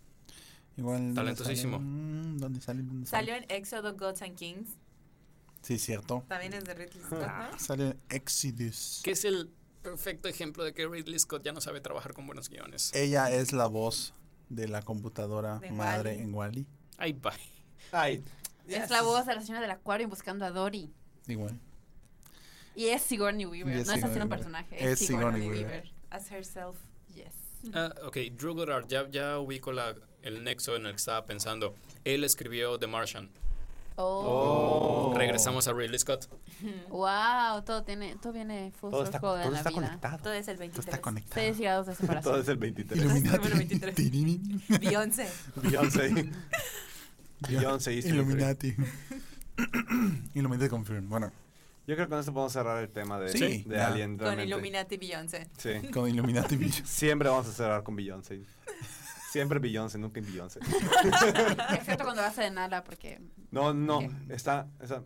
Igual. ¿dónde
Talentosísimo.
sale? Mm, ¿Dónde sale? ¿Dónde sale?
Salió en Exodo Gods and Kings.
Sí, cierto.
También es de Ridley Scott, ¿no?
Sale en Exodus.
Que es el perfecto ejemplo de que Ridley Scott ya no sabe trabajar con buenos guiones.
Ella es la voz de la computadora
De
madre
Wall-E.
en Wally.
Ay, bye.
Ay.
Es la voz de la señora del acuario buscando a Dory.
Igual.
Y es Sigourney Weaver.
Y es
no es hacer
Sigourney
un
Weaver.
personaje.
Es Sigourney Weaver.
As herself.
Yes.
Ah, ok, Drew Goddard, ya, ya ubico la, el nexo en el que estaba pensando. Él escribió The Martian.
Oh. Mm.
Regresamos a Ridley Scott.
Wow. Todo, tiene, todo viene full
Todo está,
circle en
todo
la
está
vida.
conectado.
Todo es el
Tú
23.
está conectado.
Seis
(laughs)
grados de separación.
Todo es el 23.
Número 23.
Illuminati.
Beyoncé.
Beyoncé. (laughs) Beyoncé hizo
Illuminati.
(coughs)
Illuminati confirm. Bueno,
Yo creo que con esto podemos cerrar el tema de,
Sí.
de
Ya.
Alien.
Con
realmente.
Illuminati Beyoncé.
(laughs)
Sí.
con Illuminati
(laughs)
Beach.
Siempre vamos a cerrar con Beyoncé. Siempre Beyoncé, nunca en Beyoncé.
(laughs) Excepto cuando vas a Denala, porque
No, no,
Ok.
está, está-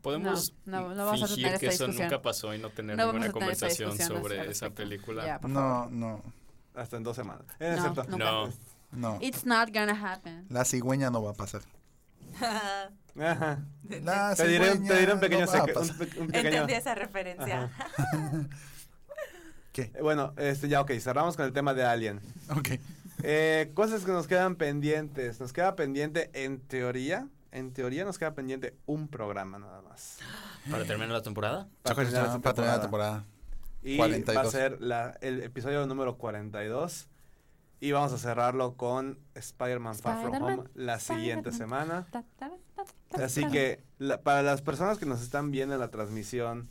Podemos
No, no, no vamos a
fingir
tener
que
esta
eso
discusión.
nunca pasó y no tener
No vamos
ninguna
a tener esta
conversación
discusión al
sobre esa
respecto.
película.
Ya, por
No, no.
Hasta en dos semanas. Eh,
No,
excepto-
nunca.
No.
No.
It's not gonna happen.
La cigüeña no va a pasar.
Ajá.
La
Te diré, un- te diré
cigüeña
un pequeño
no va a
secreto.
pasar. (laughs)
Un, pequeño.
Entendí esa referencia. (laughs)
¿Qué?
Eh, Bueno, este, ya, ok, cerramos con el tema de Alien.
Ok.
Eh, cosas que nos quedan pendientes. Nos queda pendiente, en teoría, en teoría nos queda pendiente un programa nada más.
¿Para terminar la temporada?
Para terminar la temporada.
Y
42.
va a ser la- el episodio número 42. Y vamos a cerrarlo con Spider-Man Far From
Spider-Man,
Home la siguiente semana.
Ta, ta, ta, ta,
Así
ta.
que la- para las personas que nos están viendo en la transmisión,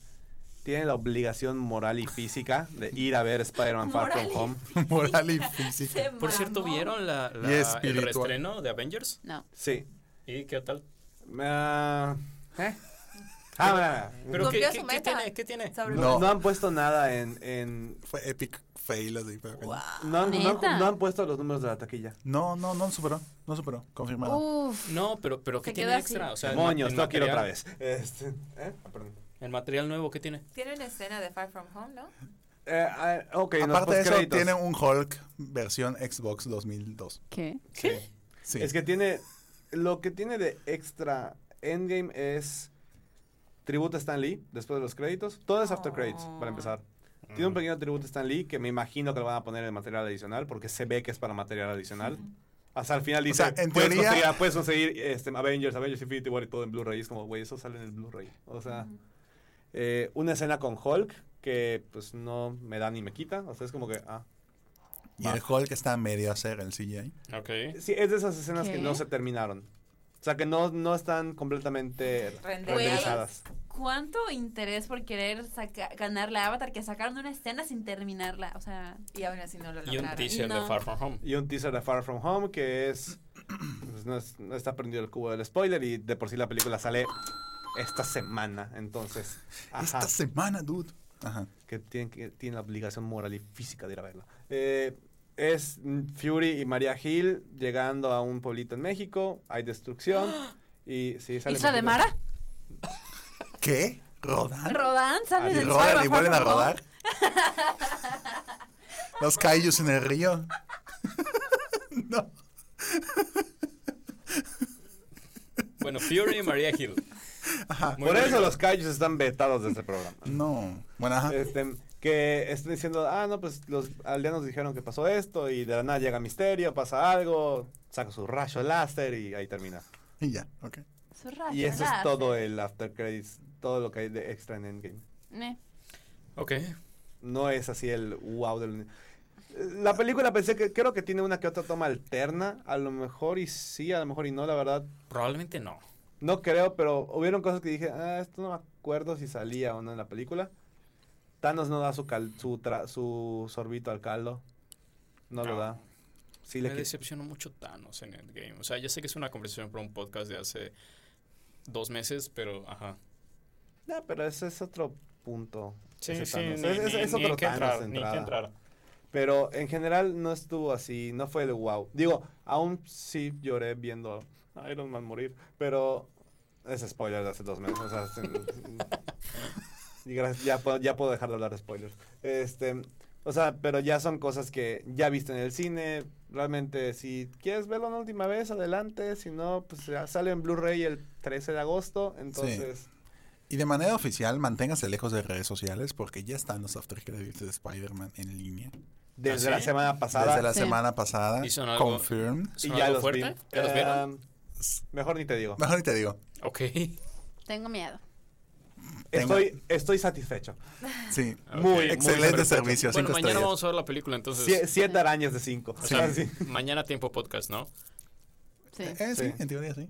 tienen la obligación moral y física de ir a ver Spider-Man Far
Moral
From
y
Home.
(laughs) Moral y físico.
Se
Por cierto,
mamó.
¿vieron la, la-
Y
el
espiritual.
reestreno de Avengers?
No.
Sí.
¿Y qué tal?
Ah, ¿eh? Ah,
¿Pero qué,
Cumplió
qué-
su
qué
meta.
tiene? ¿Qué tiene?
Sobre-
no.
No.
no han puesto nada en... en-
Fue epic fail así. pero bueno.
no, han- no han-
¿Neta?
no han puesto los números de la taquilla.
No, no, no superó. No superó.
Uh,
Confirmado.
Uf.
No, pero, pero ¿qué
Se
tiene
queda
extra?
así.
O sea, en ma-
Demonios,
en
no quiero otra
material-
vez. Este, ¿eh? Ah, perdón.
¿El material nuevo qué tiene?
Tiene una escena de Far From Home, ¿no?
Eh, ah, ok, en los
Aparte de eso,
postcréditos.
tiene un Hulk versión Xbox 2002.
¿Qué?
Sí.
Es que tiene. Lo que tiene de extra Endgame es. Tributo a Stan Lee después de los créditos. Todo es after credits, para empezar. Tiene un pequeño tributo a Stan Lee que me imagino que lo van a poner en material adicional porque se ve que es para material adicional. Hasta al final dice,
sea, en
puedes,
teoría-
conseguir, ah, puedes conseguir este, Avengers, Avengers Infinity War y todo en Blu-ray. Es como, güey, eso sale en el Blu-ray. O sea, eh, una escena con Hulk que pues no me da ni me quita. O sea, es como que, ah.
Y el Hulk está medio a hacer el CGI.
Ok.
Sí, es de esas escenas
¿Qué?
que no se terminaron. O sea, que no, no están completamente
Renderizadas.
renderizadas.
¿Cuánto interés por querer saca- ganar la Avatar que sacaron una escena sin terminarla? O sea,
Y aún así no lo
Y un
lograron.
t-shirt de
No.
Far From Home.
Y un teaser de Far From Home que es... pues, no, es- no está prendido el cubo del spoiler y de por sí la película sale esta semana. Entonces, ajá,
Esta semana, dude. Ajá.
que tienen que tienen la obligación moral y física de ir a verla. Eh, es mm, Fury y María Hill llegando a un pueblito en México. Hay
(gasps)
destrucción. Y sí, sale
¿Isla de
México.
Mara?
¿Qué?
¿Ah?
¿Rodan?
¿Rodan? ¿Sale
¿Y
del
rodan
Spider-Man
y vuelven a
Far From Home?
rodar? Los kaijus en el río. no.
Bueno, Fury y Maria Hill. Muy
Por
bien.
eso los callos están vetados de este programa.
No. Bueno, ajá.
Este, que estén diciendo, ah, no, pues los aldeanos dijeron que pasó esto y de la nada llega Misterio, pasa algo, saca su rayo láser y ahí termina.
Y ya, ok.
Ah, Su rayo
Y eso es
láser.
todo eh. el after credits, todo lo que hay de extra en Endgame.
Eh,
Ok.
No es así el wow del... La película pensé que creo que tiene una que otra toma alterna, a lo mejor y sí, a lo mejor y no, la verdad.
Probablemente no.
No creo, pero hubieron cosas que dije, ah, esto no me acuerdo si salía o no en la película. Thanos no da su cal- su, tra- su sorbito al caldo. No, lo
No.
da. Sí
Ah. Me
le quita.
decepcionó mucho Thanos en Endgame. O sea, ya sé que es una conversación para un podcast de hace dos meses, pero ajá.
No, Ah, pero ese es otro punto.
Sí,
ese
sí,
Thanos.
ni,
Es- es-
ni-
es
ni
otro
que
Thanos
entrar,
de
ni que
entrada.
entrar.
Pero en general no estuvo así, no fue el wow. Digo, aún sí lloré viendo a Iron Man morir, pero es spoiler de hace dos meses. o sea, es- (laughs) y gracias- ya, puedo, ya puedo dejar de hablar de spoilers. Este, o sea, pero ya son cosas que ya viste en el cine. Realmente, si quieres verlo una última vez, adelante. Si no, pues ya sale en Blu-ray el 13 de agosto. Entonces,
Y de manera oficial, manténgase lejos de redes sociales porque ya están los after credits de Spider-Man en línea.
desde
¿Ah,
la
sí?
semana pasada.
Desde la
Sí.
semana pasada.
¿Y son algo-
Confirmed.
y
¿Son
ya
algo
los vi.
fuerte? ¿Ya los vieron?
Eh, mejor ni te digo.
Mejor ni te digo.
Ok.
tengo miedo.
Tenga.
Estoy, estoy satisfecho.
Sí.
Muy,
Excelente
muy
servicio.
Bueno,
cinco
mañana
estrellas.
vamos a ver la película, entonces.
Sie- siete arañas de cinco.
o sea,
Así.
Mañana tiempo podcast, ¿no?
Sí.
Eh, sí,
Sí.
en teoría sí.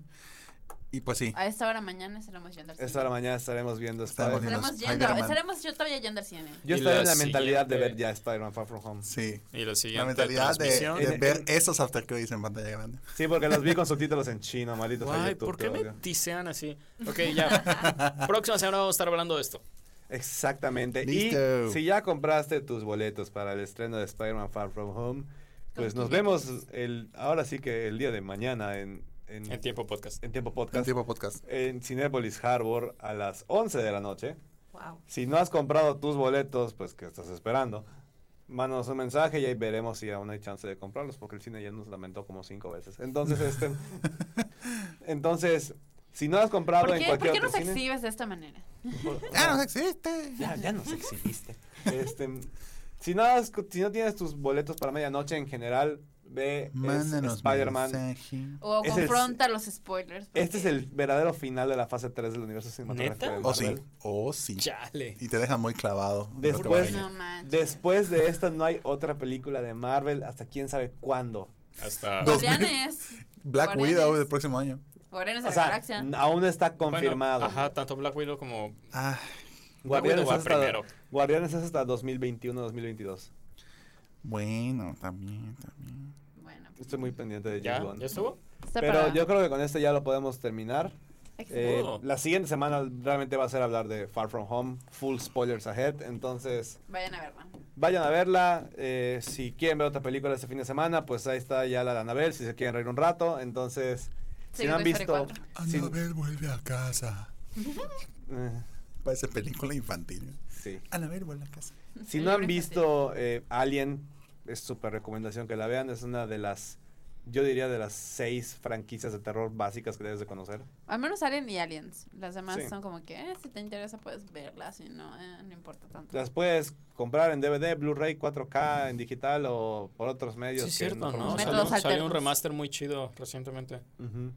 Y pues sí.
A esta hora mañana estaremos yendo al cine.
Esta hora mañana estaremos viendo
Estaremos
Spider-Man.
Estaremos
Nos-
yendo.
Spider-Man.
Estaremos yo todavía yendo al cine.
Yo
Y
estoy
la
en la mentalidad de ver
siguiente-
ya Spider-Man Far From Home.
Sí.
Y la siguiente
La mentalidad de,
transmisión.
de
En-
ver
(laughs) en-
esos after credits en pantalla grande.
Sí, porque los vi con subtítulos en chino, malditos a
Guay,
YouTube,
¿por
te
qué me
odio.
tisean así? Ok, ya. Próxima semana vamos a estar hablando de esto.
Exactamente.
Listo.
Y si ya compraste tus boletos para el estreno de Spider-Man Far From Home, pues nos vemos el, ahora sí que el día de mañana en, en,
En tiempo
(laughs)
podcast.
en Tiempo
En
Podcast.
tipo podcast.
En Cinepolis Harbor a las 11 de la noche.
Wow.
Si no has comprado tus boletos, pues ¿qué estás esperando? mándanos un mensaje y ahí veremos si aún hay chance de comprarlos, porque el cine ya nos lamentó como cinco veces.
(laughs)
Entonces, este, entonces si no has comprado
¿Por
en
qué, ¿por
cualquier
qué nos
otro cine-
exhibes de esta manera?
por-
(laughs) ¡Ya Ah, no existe!
ya, ya nos exhibiste. Este, si, no has- si no tienes tus boletos para medianoche en general, ve es
Mándanos
Spider-Man.
mensaje.
O
Ese es-
confronta los spoilers.
Este es el verdadero final de la fase 3 del universo cinematográfico.
¿Neta?
de
O Oh, sí,
Marvel.
o sí.
Chale.
Y te dejan muy clavado. en lo que
Después-
porque-
vaya.
No manches.
Después de esta no hay otra película de Marvel hasta quién sabe cuándo.
Hasta.
Dos-
Guardianes.
Black
Guardianes.
Widow del próximo año.
Guardianes de
O
la
sea,
Galaxia.
n- aún está
Bueno,
confirmado.
ajá, tanto Black Widow como.
Ah,
Black Widow
Guardianes,
va
es hasta,
primero.
Guardianes es hasta 2021-2022.
bueno, también, también.
Bueno, pues,
Estoy muy pendiente de
¿Ya?
James Gunn.
¿Ya estuvo?
está
Pero
para-
yo creo que con este ya lo podemos terminar. Eh,
Oh.
la siguiente semana realmente va a ser hablar de Far From Home, full spoilers ahead. Entonces,
Vayan a verla.
vayan a verla. eh, si quieren ver otra película este fin de semana, pues ahí está ya la de Anabel. Si se quieren reír un rato, entonces, si
Sí,
no han
Toy Story
visto.
4.
si-
Anabel vuelve a casa.
eh,
Parece película infantil.
sí.
Anabel vuelve a casa.
Si
El
no han
libro es así.
visto eh, Alien, es súper recomendación que la vean. Es una de las, yo diría, de las seis franquicias de terror básicas que debes de conocer.
Al menos Alien y Aliens. Las demás
Sí.
son como que, eh, si te interesa puedes verlas, si no, eh, no importa tanto.
Las puedes comprar en DVD, Blu-ray, 4K, en digital o por otros medios.
Sí, es
que
cierto, ¿no?
conocemos.
Métodos
Salió, salió un
alternos.
remaster muy chido recientemente.
Ujú.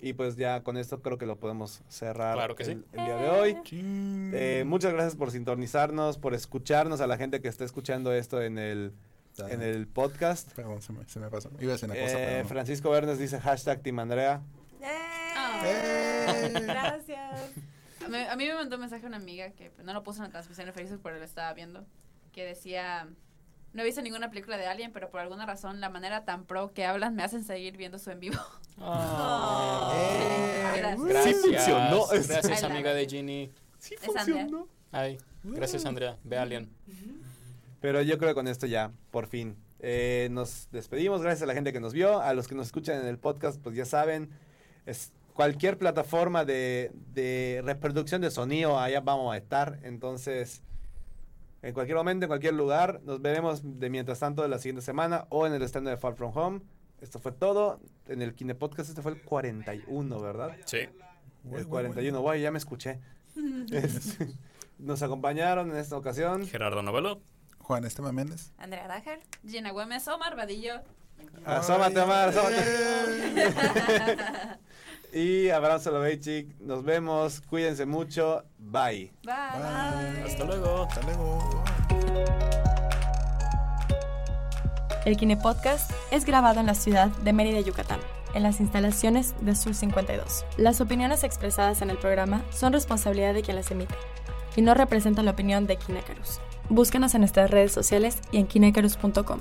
Y pues ya con esto creo que lo podemos cerrar
Claro que sí.
el, el día de hoy. Eh, muchas gracias por sintonizarnos, por escucharnos a la gente que está escuchando esto en el,
Ya,
en el podcast.
Perdón, se me, se me pasó. Iba a decir una cosa,
Eh,
pero no.
Francisco Bernes dice hashtag Team Andrea.
Ah.
¡Eh! Gracias.
A mí, a mí me mandó un mensaje una amiga que pues, no lo puso en la transmisión de Facebook, pero lo estaba viendo, que decía, no he visto ninguna película de Alien, pero por alguna razón la manera tan pro que hablan me hacen seguir viendo su en vivo. (laughs) Gracias.
Sí
Gracias.
funcionó.
Gracias,
I love
amiga de
it.
Ginny.
Sí
Es Andrea.
funcionó.
Ay, gracias, Andrea. Ve Alien.
Pero yo creo que con esto ya, por fin. eh, nos despedimos. Gracias a la gente que nos vio. A los que nos escuchan en el podcast, pues ya saben. Es cualquier plataforma de, de reproducción de sonido, allá vamos a estar. Entonces, en cualquier momento, en cualquier lugar, nos veremos de mientras tanto de la siguiente semana o en el stand de Far From Home. Esto fue todo. En el Kine Podcast, este fue el 41, ¿verdad?
Sí.
Guay,
El
guay,
41. Guay, ya me escuché. Este, (laughs) nos acompañaron en esta ocasión.
Gerardo Novelo.
guay. Juan Esteban Méndez.
Andrea Dager.
Gina Güemes, Omar Vadillo.
Asómate, Omar, asómate. (laughs) y Abraham Soloveitchik. Nos vemos. Cuídense mucho. Bye.
Bye.
Hasta luego.
Hasta luego.
El Kine Podcast es grabado en la ciudad de Mérida, Yucatán, en las instalaciones de Sur 52. Las opiniones expresadas en el programa son responsabilidad de quien las emite y no representan la opinión de Kinecarus. Búscanos en nuestras redes sociales y en kinecarus.com.